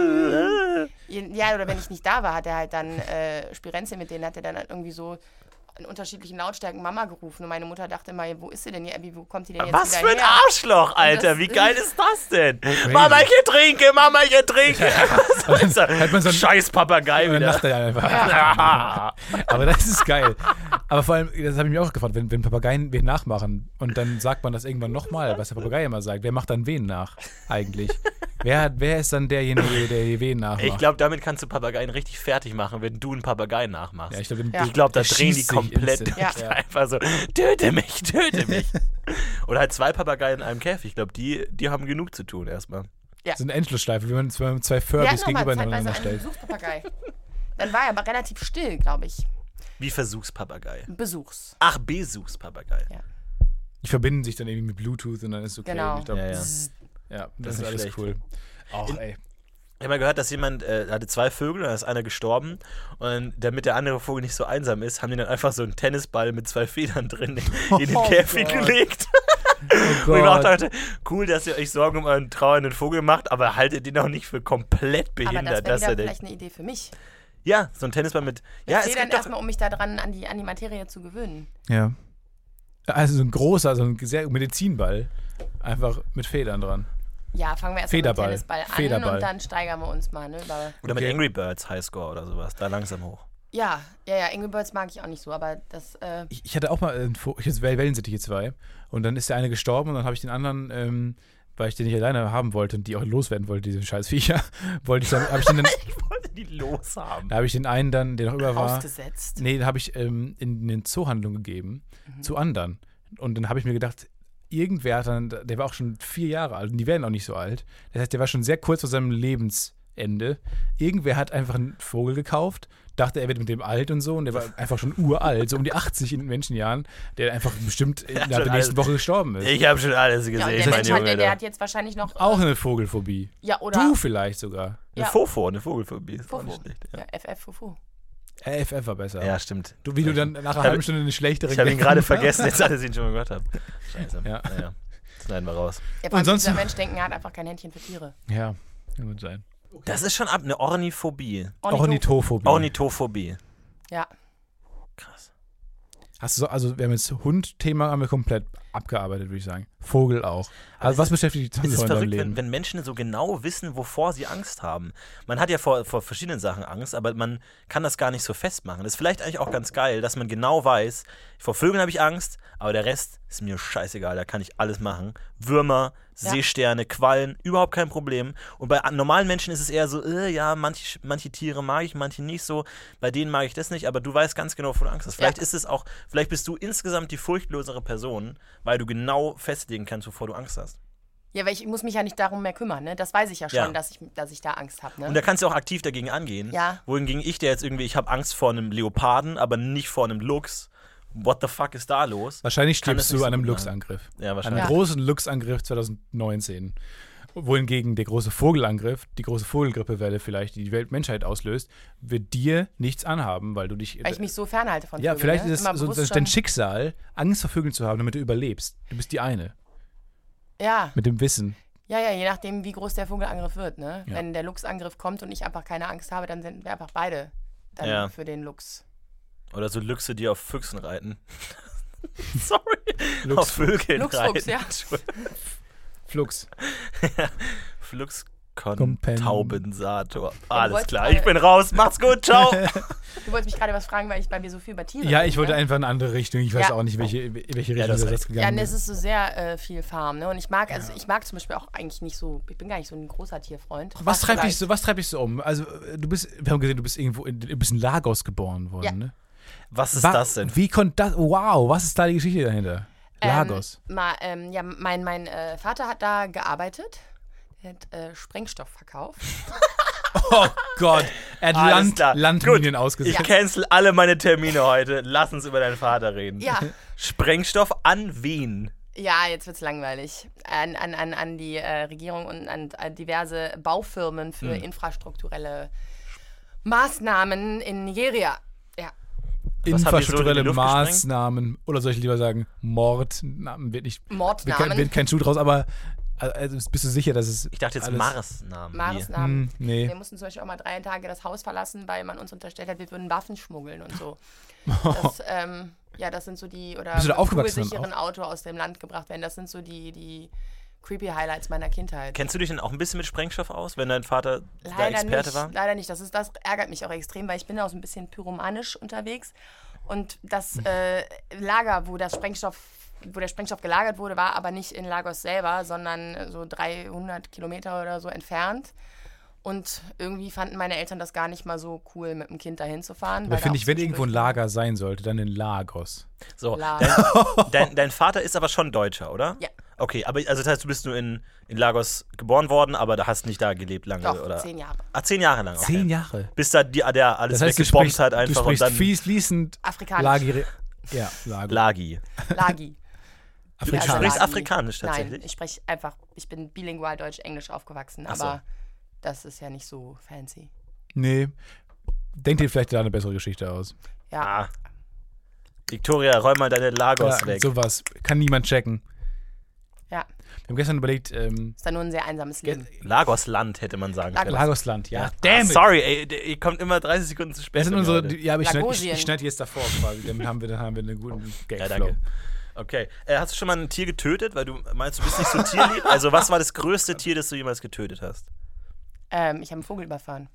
Speaker 1: du.
Speaker 3: hin, Ja, oder wenn ich nicht da war, hat er halt dann äh, Spirenze mit denen, hat er dann halt irgendwie so in unterschiedlichen Lautstärken Mama gerufen. Und meine Mutter dachte immer, wo ist sie denn hier? Äh, Wie- Wo kommt die denn jetzt
Speaker 1: Was
Speaker 3: wieder
Speaker 1: für ein
Speaker 3: her?
Speaker 1: Arschloch, Alter.
Speaker 3: das-
Speaker 1: Wie geil ist das denn? Mama, ich trinke, Mama, ich trinke. Was ist
Speaker 2: Hat man so
Speaker 1: das?
Speaker 2: ein-
Speaker 1: Scheiß Papagei
Speaker 2: Und dann
Speaker 1: wieder.
Speaker 2: lacht er einfach.
Speaker 1: Ja.
Speaker 2: Aber das ist geil. Aber vor allem, das habe ich mir auch gefragt, wenn, wenn Papageien wen nachmachen und dann sagt man das irgendwann nochmal, was der Papagei immer sagt, wer macht dann wen nach eigentlich? wer, hat, wer ist dann derjenige, der hier wen nachmacht?
Speaker 1: Ich glaube, damit kannst du Papageien richtig fertig machen, wenn du einen Papagei nachmachst.
Speaker 2: ja, ich glaube,
Speaker 3: Ja.
Speaker 1: Ich glaube, da
Speaker 2: Der
Speaker 1: drehen die
Speaker 2: schießt sich
Speaker 1: komplett durch.
Speaker 2: instant.
Speaker 3: Ja.
Speaker 1: Einfach so, töte mich, töte mich. Oder halt zwei Papageien in einem Käfig. Ich glaube, die, die haben genug zu tun erstmal.
Speaker 2: das sind Endschlussschleife, wie man zwei zwei
Speaker 3: Wir
Speaker 2: Furbies
Speaker 3: hatten noch mal
Speaker 2: gegenübereinander
Speaker 3: zeitweise
Speaker 2: stellt.
Speaker 3: einen Besuchspapagei. Dann war er aber relativ still, glaube ich.
Speaker 1: Wie Versuchspapagei.
Speaker 3: Besuchs.
Speaker 1: Ach, Besuchspapagei.
Speaker 2: Die verbinden sich dann irgendwie mit Bluetooth und dann ist okay.
Speaker 3: Genau.
Speaker 2: Ich glaub,
Speaker 1: Ja, ja.
Speaker 2: das- ja,
Speaker 1: ist
Speaker 2: das, ist
Speaker 1: nicht
Speaker 2: alles
Speaker 1: schlecht.
Speaker 2: cool. Auch, ey.
Speaker 1: Ich habe mal gehört, dass jemand äh, hatte zwei Vögel, da ist einer gestorben. Und damit der andere Vogel nicht so einsam ist, haben die dann einfach so einen Tennisball mit zwei Federn drin in, in den
Speaker 2: Oh
Speaker 1: Käfig
Speaker 2: Gott.
Speaker 1: gelegt. Wo ich mir auch
Speaker 2: Gott.
Speaker 1: dachte, cool, dass ihr euch Sorgen um euren trauernden Vogel macht, aber haltet ihn auch nicht für komplett
Speaker 3: Aber das
Speaker 1: behindert,
Speaker 3: wäre
Speaker 1: dass er
Speaker 3: wieder
Speaker 1: den.
Speaker 3: vielleicht eine Idee für mich.
Speaker 1: Ja, so ein Tennisball mit. Ja, es
Speaker 3: ich sehe dann
Speaker 1: gibt doch.
Speaker 3: erstmal, um mich daran an die, an die Materie zu gewöhnen.
Speaker 2: Ja. Also so ein großer, so ein sehr Medizinball. Einfach mit Federn dran.
Speaker 3: Ja, fangen wir erst
Speaker 2: Federball.
Speaker 3: mal mit dem Tennisball an
Speaker 2: Federball.
Speaker 3: und dann steigern wir uns mal. Ne, über
Speaker 1: Oder
Speaker 2: Okay.
Speaker 1: mit Angry Birds Highscore oder sowas. Da langsam hoch.
Speaker 3: ja, ja, ja, Angry Birds mag ich auch nicht so, aber das, äh,
Speaker 2: Ich, ich hatte auch mal einen Vogel, jetzt Wellensittiche zwei. Und dann ist der eine gestorben und dann habe ich den anderen, ähm, weil ich den nicht alleine haben wollte und die auch loswerden wollte, diese scheiß Viecher, wollte ich dann, habe ich den dann,
Speaker 1: Ich wollte die loshaben.
Speaker 2: da habe ich den einen dann, der noch über war,
Speaker 3: ausgesetzt.
Speaker 2: nee, den habe ich ähm, in den Zoohandlung gegeben
Speaker 1: Mhm.
Speaker 2: zu anderen. Und dann habe ich mir gedacht, irgendwer hat dann, der war auch schon vier Jahre alt und die werden auch nicht so alt. Das heißt, der war schon sehr kurz vor seinem Lebensende. Irgendwer hat einfach einen Vogel gekauft, dachte, er wird mit dem alt und so und der war einfach schon uralt, so um die 80 in Menschenjahren, der einfach bestimmt innerhalb der
Speaker 1: schon
Speaker 2: nächsten
Speaker 1: alles-
Speaker 2: Woche gestorben ist.
Speaker 1: Ich habe schon alles
Speaker 3: Ja,
Speaker 1: gesehen,
Speaker 3: und der
Speaker 1: mein
Speaker 3: Mensch hat,
Speaker 1: Junge.
Speaker 3: der, der
Speaker 1: da.
Speaker 3: hat jetzt wahrscheinlich noch.
Speaker 2: auch eine Vogelphobie.
Speaker 3: ja, oder.
Speaker 2: du vielleicht sogar.
Speaker 1: Eine
Speaker 3: ja.
Speaker 1: Fofo, eine Vogelphobie. Ist auch
Speaker 3: Fufu.
Speaker 1: nicht schlecht.
Speaker 3: Ja, FF Fufu.
Speaker 2: FF war besser.
Speaker 1: Ja, ja stimmt.
Speaker 2: Du, wie du dann nach einer halben Stunde eine schlechtere
Speaker 1: Ich habe ihn gerade
Speaker 2: hast.
Speaker 1: vergessen, jetzt hat er ihn schon gehört. Hab. Scheiße.
Speaker 2: Ja.
Speaker 1: Naja. Schneiden wir raus.
Speaker 3: Ja, und
Speaker 2: sonst-
Speaker 3: sonst dieser Mensch denken, er hat einfach kein Händchen für Tiere.
Speaker 2: Ja, kann gut sein.
Speaker 1: Das ist schon ab eine Ornithobie.
Speaker 3: Ornitho-
Speaker 2: Ornithophobie.
Speaker 1: Ornithophobie.
Speaker 3: Ja.
Speaker 1: Krass.
Speaker 2: Hast du so, also wir haben jetzt Hund-Thema haben wir komplett abgearbeitet, würde ich sagen. Vogel auch. Also was beschäftigt
Speaker 1: Es
Speaker 2: dich sonst
Speaker 1: ist
Speaker 2: noch in deinem
Speaker 1: verrückt, wenn,
Speaker 2: Leben?
Speaker 1: wenn Menschen so genau wissen, wovor sie Angst haben. Man hat ja vor, vor verschiedenen Sachen Angst, aber man kann das gar nicht so festmachen. Das ist vielleicht eigentlich auch ganz geil, dass man genau weiß, vor Vögeln habe ich Angst, aber der Rest ist mir scheißegal, da kann ich alles machen. Würmer,
Speaker 3: Ja.
Speaker 1: Seesterne, Quallen, überhaupt kein Problem. Und bei an- normalen Menschen ist es eher so, äh, ja, manche, manche Tiere mag ich, manche nicht so, bei denen mag ich das nicht, aber du weißt ganz genau, wovor du Angst hast. Vielleicht
Speaker 3: Ja.
Speaker 1: ist es auch, vielleicht bist du insgesamt die furchtlosere Person, weil du genau festlegen kannst, wovor du Angst hast.
Speaker 3: Ja, weil ich muss mich ja nicht darum mehr kümmern, ne? Das weiß ich ja schon,
Speaker 1: Ja.
Speaker 3: Dass, ich, dass ich da Angst habe.
Speaker 1: Und
Speaker 3: Ne?
Speaker 1: da kannst du auch aktiv dagegen angehen.
Speaker 3: Ja.
Speaker 1: Wohingegen ich, der jetzt irgendwie, ich habe Angst vor einem Leoparden, aber nicht vor einem Luchs. What the fuck ist da los?
Speaker 2: Wahrscheinlich
Speaker 1: Kann das
Speaker 2: stirbst du
Speaker 1: nicht
Speaker 2: an
Speaker 1: so
Speaker 2: einem
Speaker 1: gut
Speaker 2: Luchsangriff.
Speaker 1: Ja,
Speaker 2: An einem
Speaker 1: wahrscheinlich.
Speaker 3: Ja.
Speaker 2: großen Luchsangriff 2019. Wohingegen der große Vogelangriff, die große Vogelgrippewelle vielleicht, die die Welt Menschheit auslöst, wird dir nichts anhaben, weil du dich.
Speaker 3: Weil ich mich so fernhalte von
Speaker 2: ja,
Speaker 3: Vögeln,
Speaker 2: vielleicht
Speaker 3: ne?
Speaker 2: ist
Speaker 3: Immer
Speaker 2: es so,
Speaker 3: bewusst
Speaker 2: dein
Speaker 3: schon-
Speaker 2: Schicksal, Angst vor Vögeln zu haben, damit du überlebst. Du bist die eine.
Speaker 3: Ja,
Speaker 2: Mit dem Wissen.
Speaker 3: Ja, ja, je nachdem, wie groß der Vogelangriff wird. Ne?
Speaker 2: Ja.
Speaker 3: Wenn der Luchsangriff kommt und ich einfach keine Angst habe, dann sind wir einfach beide dann
Speaker 1: Ja.
Speaker 3: für den Luchs.
Speaker 1: Oder so Luchse, die auf Füchsen reiten. Sorry.
Speaker 2: Luchs-
Speaker 1: auf Vögeln
Speaker 3: Luchsfuchs,
Speaker 1: reiten.
Speaker 3: ja.
Speaker 2: Flux. Kompen-
Speaker 1: Fluxkonkompensator. Alles
Speaker 3: wolltest
Speaker 1: klar,
Speaker 3: gerade-
Speaker 1: ich bin raus. Macht's gut, ciao.
Speaker 3: Du wolltest mich gerade was fragen, weil ich bei mir so viel über Tiere
Speaker 2: Ja,
Speaker 3: rede,
Speaker 2: ich wollte
Speaker 3: ne?
Speaker 2: einfach in eine andere Richtung. Ich weiß
Speaker 3: Ja.
Speaker 2: auch nicht, welche, in welche Richtung
Speaker 1: Ja, das
Speaker 2: das
Speaker 1: heißt-
Speaker 2: jetzt
Speaker 3: Ja,
Speaker 2: gegangen
Speaker 3: ne, es
Speaker 2: ist.
Speaker 3: ist so sehr äh, viel Farm, ne? Und ich mag, also ich mag zum Beispiel auch eigentlich nicht so, ich bin gar nicht so ein großer Tierfreund.
Speaker 2: Was treibt, dich
Speaker 3: vielleicht.
Speaker 2: so, was treibt dich so um? Also, äh, du bist, wir haben gesehen, du bist irgendwo in, du bist in Lagos geboren worden,
Speaker 3: Ja.
Speaker 2: ne?
Speaker 1: Was ist
Speaker 2: Wa-
Speaker 1: das denn?
Speaker 2: Wie konnte das, wow, was ist da die Geschichte dahinter? Lagos.
Speaker 3: Ähm, ma, ähm, ja, mein, mein äh, Vater hat da gearbeitet. Er hat äh, Sprengstoff verkauft.
Speaker 2: Oh Gott, er hat
Speaker 1: Alles
Speaker 2: Land,
Speaker 1: klar.
Speaker 2: Landminen
Speaker 1: Gut. Ich
Speaker 2: ausgesetzt.
Speaker 1: cancel alle meine Termine heute. Lass uns über deinen Vater reden.
Speaker 3: Ja.
Speaker 1: Sprengstoff an Wien.
Speaker 3: Ja, jetzt wird's langweilig. An, an, an, an die äh, Regierung und an, an diverse Baufirmen für
Speaker 2: Hm.
Speaker 3: infrastrukturelle Maßnahmen in Nigeria.
Speaker 1: Was
Speaker 3: Ja.
Speaker 1: haben die so in die
Speaker 2: Infrastrukturelle
Speaker 1: Luft gesprengt?
Speaker 2: Maßnahmen, oder soll ich lieber sagen, Mordnamen wird nicht, wird
Speaker 3: Mordnamen.
Speaker 2: kein, wird kein Schuh draus, aber also bist du sicher, dass es.
Speaker 1: Ich dachte jetzt
Speaker 2: alles-
Speaker 1: Marsnamen. Hier.
Speaker 3: Maßnahmen.
Speaker 2: Hm, nee.
Speaker 3: Wir mussten zum Beispiel auch mal drei Tage das Haus verlassen, weil man uns unterstellt hat, wir würden Waffen schmuggeln und so. Das, ähm, ja, das sind so die, oder
Speaker 2: Bist du da
Speaker 3: mit
Speaker 2: aufgewachsen dann
Speaker 3: kugelsicheren Auto aus dem Land gebracht werden. Das sind so die, die creepy Highlights meiner Kindheit.
Speaker 1: Kennst du dich denn auch ein bisschen mit Sprengstoff aus, wenn dein Vater da
Speaker 3: Leider
Speaker 1: Experte
Speaker 3: nicht,
Speaker 1: war?
Speaker 3: leider nicht. Das, ist, das ärgert mich auch extrem, weil ich bin auch so ein bisschen pyromanisch unterwegs. Und das
Speaker 1: Hm.
Speaker 3: äh, Lager, wo, das Sprengstoff, wo der Sprengstoff gelagert wurde, war aber nicht in Lagos selber, sondern so 300 Kilometer oder so entfernt. Und irgendwie fanden meine Eltern das gar nicht mal so cool, mit dem Kind dahin zu fahren.
Speaker 2: Aber
Speaker 3: weil da
Speaker 2: finde
Speaker 3: auch
Speaker 2: ich, wenn
Speaker 3: so
Speaker 2: irgendwo ein
Speaker 3: Sprüche-
Speaker 2: Lager sein sollte, dann in Lagos.
Speaker 1: So,
Speaker 3: La-
Speaker 1: dein, dein, dein Vater ist aber schon Deutscher, oder?
Speaker 3: Ja.
Speaker 1: Okay, aber also das heißt, du bist nur in, in Lagos geboren worden, aber da hast nicht da gelebt lange,
Speaker 3: Doch,
Speaker 1: oder?
Speaker 3: zehn Jahre.
Speaker 1: Ah, zehn Jahre lang. Okay.
Speaker 2: Jahre.
Speaker 1: Bis da die, der alles
Speaker 2: Das heißt, du
Speaker 1: weggebombt
Speaker 2: sprichst,
Speaker 1: hat
Speaker 2: du
Speaker 1: halt einfach und
Speaker 2: sprichst
Speaker 1: dann
Speaker 2: fließend
Speaker 3: Afrikanisch.
Speaker 2: Lagere- Ja, Lago.
Speaker 1: Lagi.
Speaker 3: Lagi. also
Speaker 1: Du
Speaker 2: Afrikanisch.
Speaker 1: sprichst
Speaker 3: Lagi.
Speaker 1: Afrikanisch tatsächlich?
Speaker 3: Nein, ich spreche einfach, ich bin bilingual Deutsch-Englisch aufgewachsen,
Speaker 1: Ach so.
Speaker 3: aber das ist ja nicht so fancy.
Speaker 2: Nee. Denk dir vielleicht da eine bessere Geschichte aus.
Speaker 3: Ja.
Speaker 1: Ah. Victoria, räum mal deine Lagos
Speaker 2: Ja,
Speaker 1: weg.
Speaker 2: Sowas. Kann niemand checken.
Speaker 3: Ja,
Speaker 2: Wir haben gestern überlegt, ähm,
Speaker 3: ist dann nur ein sehr einsames Leben.
Speaker 1: Lagosland hätte man sagen können.
Speaker 3: Lagos-
Speaker 2: Lagosland, ja.
Speaker 1: Ah, sorry, ey, d- ihr kommt immer 30 Sekunden zu spät.
Speaker 2: Das sind
Speaker 1: mit mir
Speaker 2: unsere,
Speaker 1: heute.
Speaker 2: die- ja, aber ich schneide ich,
Speaker 3: Lagosien.
Speaker 2: ich schneid jetzt davor quasi. Dann haben wir, dann haben wir einen guten Gag.
Speaker 1: Ja, danke. Okay. Äh, hast du schon mal ein Tier getötet? Weil du meinst, du bist nicht so tierlieb. Also, was war das größte Tier, das du jemals getötet hast?
Speaker 3: Ähm, ich habe einen Vogel überfahren.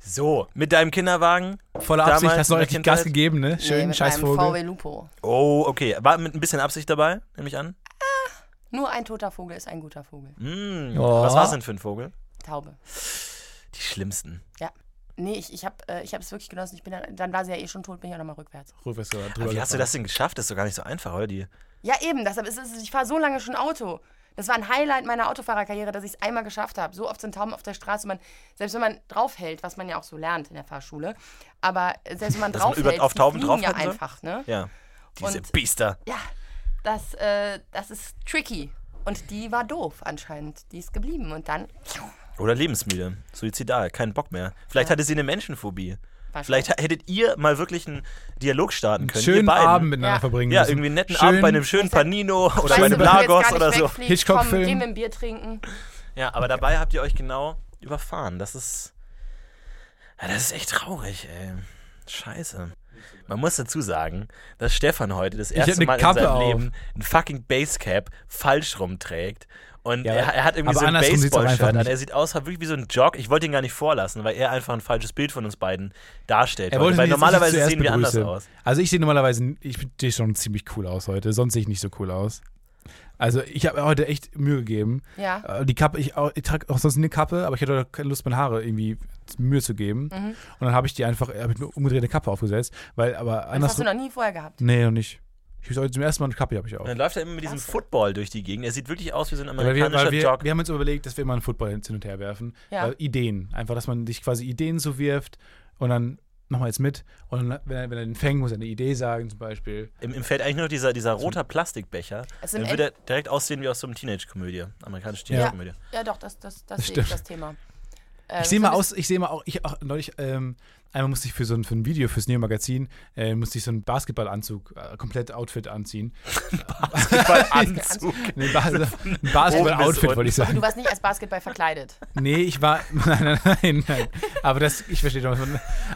Speaker 1: So, mit deinem Kinderwagen?
Speaker 2: Voller
Speaker 1: Damals
Speaker 2: Absicht, hast du
Speaker 1: in der
Speaker 2: noch richtig
Speaker 1: Kindheit?
Speaker 2: Gas gegeben, ne?
Speaker 3: Nee,
Speaker 2: Schön,
Speaker 3: mit
Speaker 2: scheiß
Speaker 3: meinem
Speaker 2: Vogel.
Speaker 3: VW Lupo.
Speaker 1: Oh, okay. War mit ein bisschen Absicht dabei, nehme ich an.
Speaker 3: Nur ein toter Vogel ist ein guter Vogel.
Speaker 1: Mm,
Speaker 2: Ja.
Speaker 1: Was war es denn für ein Vogel?
Speaker 3: Taube.
Speaker 1: Die schlimmsten.
Speaker 3: Nee, ich, ich habe äh, ich es wirklich genossen. Ich bin dann, dann war sie ja eh schon tot, bin ich auch nochmal rückwärts.
Speaker 2: Rückwärts drüber
Speaker 1: Aber wie hast du
Speaker 2: gefahren.
Speaker 1: das denn geschafft? Das ist doch gar nicht so einfach, oder? Die
Speaker 3: Ja, eben, deshalb ist es, ich fahre so lange schon Auto. Das war ein Highlight meiner Autofahrerkarriere, dass ich es einmal geschafft habe. So oft sind Tauben auf der Straße. Man, selbst wenn man draufhält, was man ja auch so lernt in der Fahrschule, aber äh, selbst wenn man
Speaker 1: Dass man über-
Speaker 3: draufhält,
Speaker 1: auf
Speaker 3: die
Speaker 1: Tauben
Speaker 3: fliegen ja
Speaker 1: draufhalten soll?
Speaker 3: einfach, ne?
Speaker 1: Ja. Diese
Speaker 3: Und-
Speaker 1: Biester.
Speaker 3: Ja, das, äh, das ist tricky. Und die war doof anscheinend. Die ist geblieben und dann
Speaker 1: Oder lebensmüde. Suizidal. Keinen Bock mehr. Vielleicht hatte sie eine Menschenphobie.
Speaker 3: Wahrscheinlich.
Speaker 1: Vielleicht hättet ihr mal wirklich einen Dialog starten können. ihr
Speaker 2: Schönen
Speaker 1: beiden.
Speaker 2: Abend miteinander
Speaker 3: Ja.
Speaker 2: verbringen
Speaker 1: Ja,
Speaker 2: müssen.
Speaker 1: irgendwie einen netten
Speaker 2: Schön-
Speaker 1: Abend bei einem schönen Panino oder bei
Speaker 2: Weißt
Speaker 1: einem
Speaker 2: du, wenn wir jetzt
Speaker 1: Lagos oder so.
Speaker 2: Hitchcock-Film.
Speaker 3: Hitchcock-Film. Gehen wir ein Bier trinken.
Speaker 1: Ja, aber dabei habt ihr euch genau überfahren. Das ist. Ja, das ist echt traurig, ey. Scheiße. Man muss dazu sagen, dass Stefan heute das
Speaker 2: hab
Speaker 1: erste
Speaker 2: ne
Speaker 1: Mal in
Speaker 2: Kappe
Speaker 1: seinem
Speaker 2: auf.
Speaker 1: Leben ein fucking Basecap falsch rumträgt. Und
Speaker 2: Ja,
Speaker 1: er, er hat irgendwie
Speaker 2: aber
Speaker 1: so ein
Speaker 2: andersrum sieht's auch
Speaker 1: Baseball-Shirt
Speaker 2: einfach
Speaker 1: an.
Speaker 2: nicht.
Speaker 1: Er sieht aus wirklich wie so ein Jog. Ich wollte ihn gar nicht vorlassen, weil er einfach ein falsches Bild von uns beiden darstellt.
Speaker 2: Er
Speaker 1: heute.
Speaker 2: wollte
Speaker 1: weil
Speaker 2: mich jetzt
Speaker 1: normalerweise
Speaker 2: nicht zuerst
Speaker 1: sehen wir anders
Speaker 2: begrüßen.
Speaker 1: aus.
Speaker 2: Also ich sehe normalerweise, ich sehe schon ziemlich cool aus heute. Sonst sehe ich nicht so cool aus. Also ich habe mir heute echt Mühe gegeben.
Speaker 3: Ja.
Speaker 2: Äh, Die Kappe, ich, au- ich trage auch sonst eine Kappe, aber ich hatte heute keine Lust, meine Haare irgendwie Mühe zu geben.
Speaker 3: Mhm.
Speaker 2: Und dann habe ich die einfach, habe ich mir umgedrehte Kappe aufgesetzt, weil aber
Speaker 3: Das hast du
Speaker 2: andersrum.
Speaker 3: noch nie vorher gehabt.
Speaker 2: Nee, noch nicht. Ich habe heute zum ersten Mal eine Kappe, habe ich auch.
Speaker 1: Und dann läuft er immer mit diesem
Speaker 3: Klasse.
Speaker 1: Football durch die Gegend. Er sieht wirklich aus wie so ein
Speaker 2: Weil wir,
Speaker 1: amerikanischer
Speaker 2: weil wir,
Speaker 1: Jog.
Speaker 2: wir haben uns überlegt, dass wir immer einen Football hin und her werfen.
Speaker 3: Ja.
Speaker 2: Äh, Ideen. Einfach, dass man sich quasi Ideen so wirft und dann nochmal jetzt mit. Und dann, wenn, er, wenn er den fängt, muss er eine Idee sagen zum Beispiel.
Speaker 1: Im, im fällt eigentlich nur dieser, dieser roter Plastikbecher.
Speaker 3: Es sind
Speaker 1: Dann würde er direkt aussehen wie aus so einem Teenage-Komödie, amerikanische Teenage-Komödie.
Speaker 3: Ja, doch, das, das, das,
Speaker 2: Das
Speaker 3: sehe ich,
Speaker 2: stimmt.
Speaker 3: das Thema. Äh,
Speaker 2: Ich sehe mal
Speaker 3: vermisst-
Speaker 2: aus, ich sehe mal auch, ich auch neulich, ähm, einmal musste ich für so ein, für ein Video fürs Neo-Magazin, äh, musste ich so einen Basketballanzug, äh, komplett Outfit anziehen.
Speaker 1: Basketballanzug.
Speaker 2: Nee, Bas ein
Speaker 1: Oben bis
Speaker 2: Basketball-Outfit wollte ich
Speaker 3: Du
Speaker 2: sagen.
Speaker 3: warst nicht als Basketball verkleidet.
Speaker 2: Nee, ich war, nein, nein, nein, nein. Aber das, ich verstehe doch.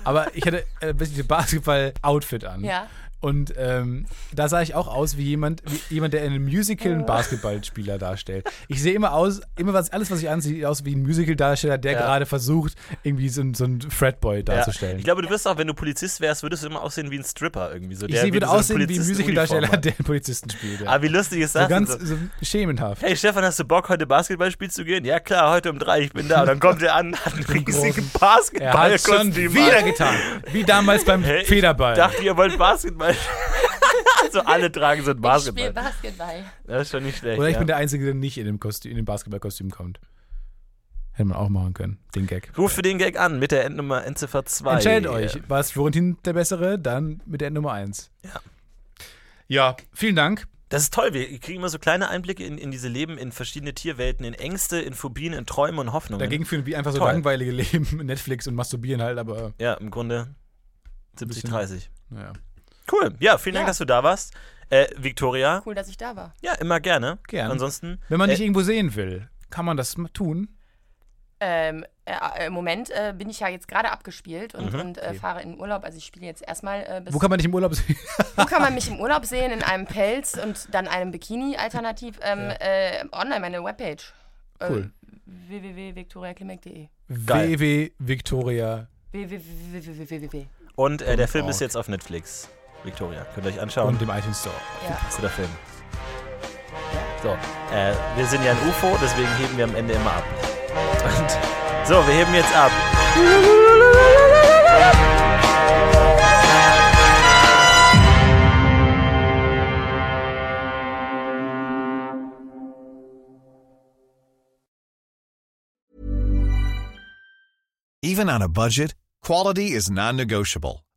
Speaker 2: Aber ich hatte äh, wirklich ein Basketball-Outfit an.
Speaker 3: Ja.
Speaker 2: Und ähm, da sah ich auch aus wie jemand, wie jemand, der in einem Musical einen Basketballspieler darstellt. Ich sehe immer aus, immer was, alles, was ich anziehe, sieht aus wie ein Musical-Darsteller, der
Speaker 1: Ja.
Speaker 2: gerade versucht, irgendwie so, ein- so einen Fredboy
Speaker 1: Ja.
Speaker 2: darzustellen.
Speaker 1: Ich glaube, du wirst auch, wenn du Polizist wärst, würdest du immer aussehen wie ein Stripper irgendwie. So,
Speaker 2: Ich
Speaker 1: der
Speaker 2: sehe
Speaker 1: wieder
Speaker 2: wieder
Speaker 1: so eine
Speaker 2: aussehen wie ein
Speaker 1: Polizistenuniform
Speaker 2: Musical-Darsteller,
Speaker 1: hat.
Speaker 2: der einen Polizisten spielt. Ja.
Speaker 1: Aber wie lustig ist das?
Speaker 2: So
Speaker 1: denn?
Speaker 2: ganz so schemenhaft.
Speaker 1: Hey Stefan, hast du Bock, heute Basketball spielen zu gehen? Ja klar, heute um drei, ich bin da. Und dann kommt er an, hat einen riesigen
Speaker 2: Er hat schon
Speaker 1: Basketballkostüm. an.
Speaker 2: wieder getan. Wie damals beim
Speaker 1: Hey, ich
Speaker 2: Federball.
Speaker 1: Dachte, ihr wollt Basketball. also alle tragen so ein
Speaker 3: Ich spiele
Speaker 1: Basketball.
Speaker 3: Basketball.
Speaker 1: Das ist schon nicht schlecht.
Speaker 2: Oder ich
Speaker 1: ja.
Speaker 2: bin der Einzige, der nicht in dem, Kostü- in dem Basketballkostüm kommt. Hätte man auch machen können, den Gag.
Speaker 1: Ruf für den Gag an mit der Endnummer Endziffer 2.
Speaker 2: Entscheidet euch, war es Florentin der Bessere, dann mit der Nummer 1. Ja. Ja, vielen Dank.
Speaker 1: Das ist toll, wir kriegen immer so kleine Einblicke in, in diese Leben, in verschiedene Tierwelten, in Ängste, in Phobien, in Träume und Hoffnungen.
Speaker 2: Dagegen führen wir einfach so
Speaker 1: Toll.
Speaker 2: langweilige Leben, mit Netflix und Masturbieren halt, aber
Speaker 1: ja, im Grunde 70,
Speaker 2: Bisschen.
Speaker 1: 30.
Speaker 2: naja.
Speaker 1: Cool, ja, vielen Dank,
Speaker 3: Ja.
Speaker 1: dass du da warst. Äh, Victoria,
Speaker 3: Cool, dass ich da war.
Speaker 1: ja, immer gerne.
Speaker 2: Gern.
Speaker 1: Ansonsten,
Speaker 2: Wenn man
Speaker 1: Äh,
Speaker 2: dich irgendwo sehen will, kann man das mal tun.
Speaker 3: Ähm, äh, Im Moment äh, bin ich ja jetzt gerade abgespielt
Speaker 1: Mhm.
Speaker 3: und, und äh,
Speaker 2: okay.
Speaker 3: fahre in den Urlaub. Also ich spiele jetzt erstmal äh, bis.
Speaker 2: Wo kann man dich im Urlaub sehen?
Speaker 3: Wo kann man mich im Urlaub sehen? In einem Pelz und dann einem Bikini alternativ. Ähm, äh, online, meine Webpage. Äh,
Speaker 2: Cool.
Speaker 3: www.viktoriaklimek.de
Speaker 1: Geil.
Speaker 2: www.victoria.
Speaker 3: www.
Speaker 1: und äh, der Film
Speaker 2: Org.
Speaker 1: ist jetzt auf Netflix. Victoria, könnt ihr euch anschauen.
Speaker 2: und dem iTunes Store.
Speaker 3: Ja.
Speaker 1: Guter Film. So, äh, wir sind ja ein UFO, deswegen heben wir am Ende immer ab. Und so, wir heben jetzt ab.
Speaker 4: Even on a budget, quality is non-negotiable.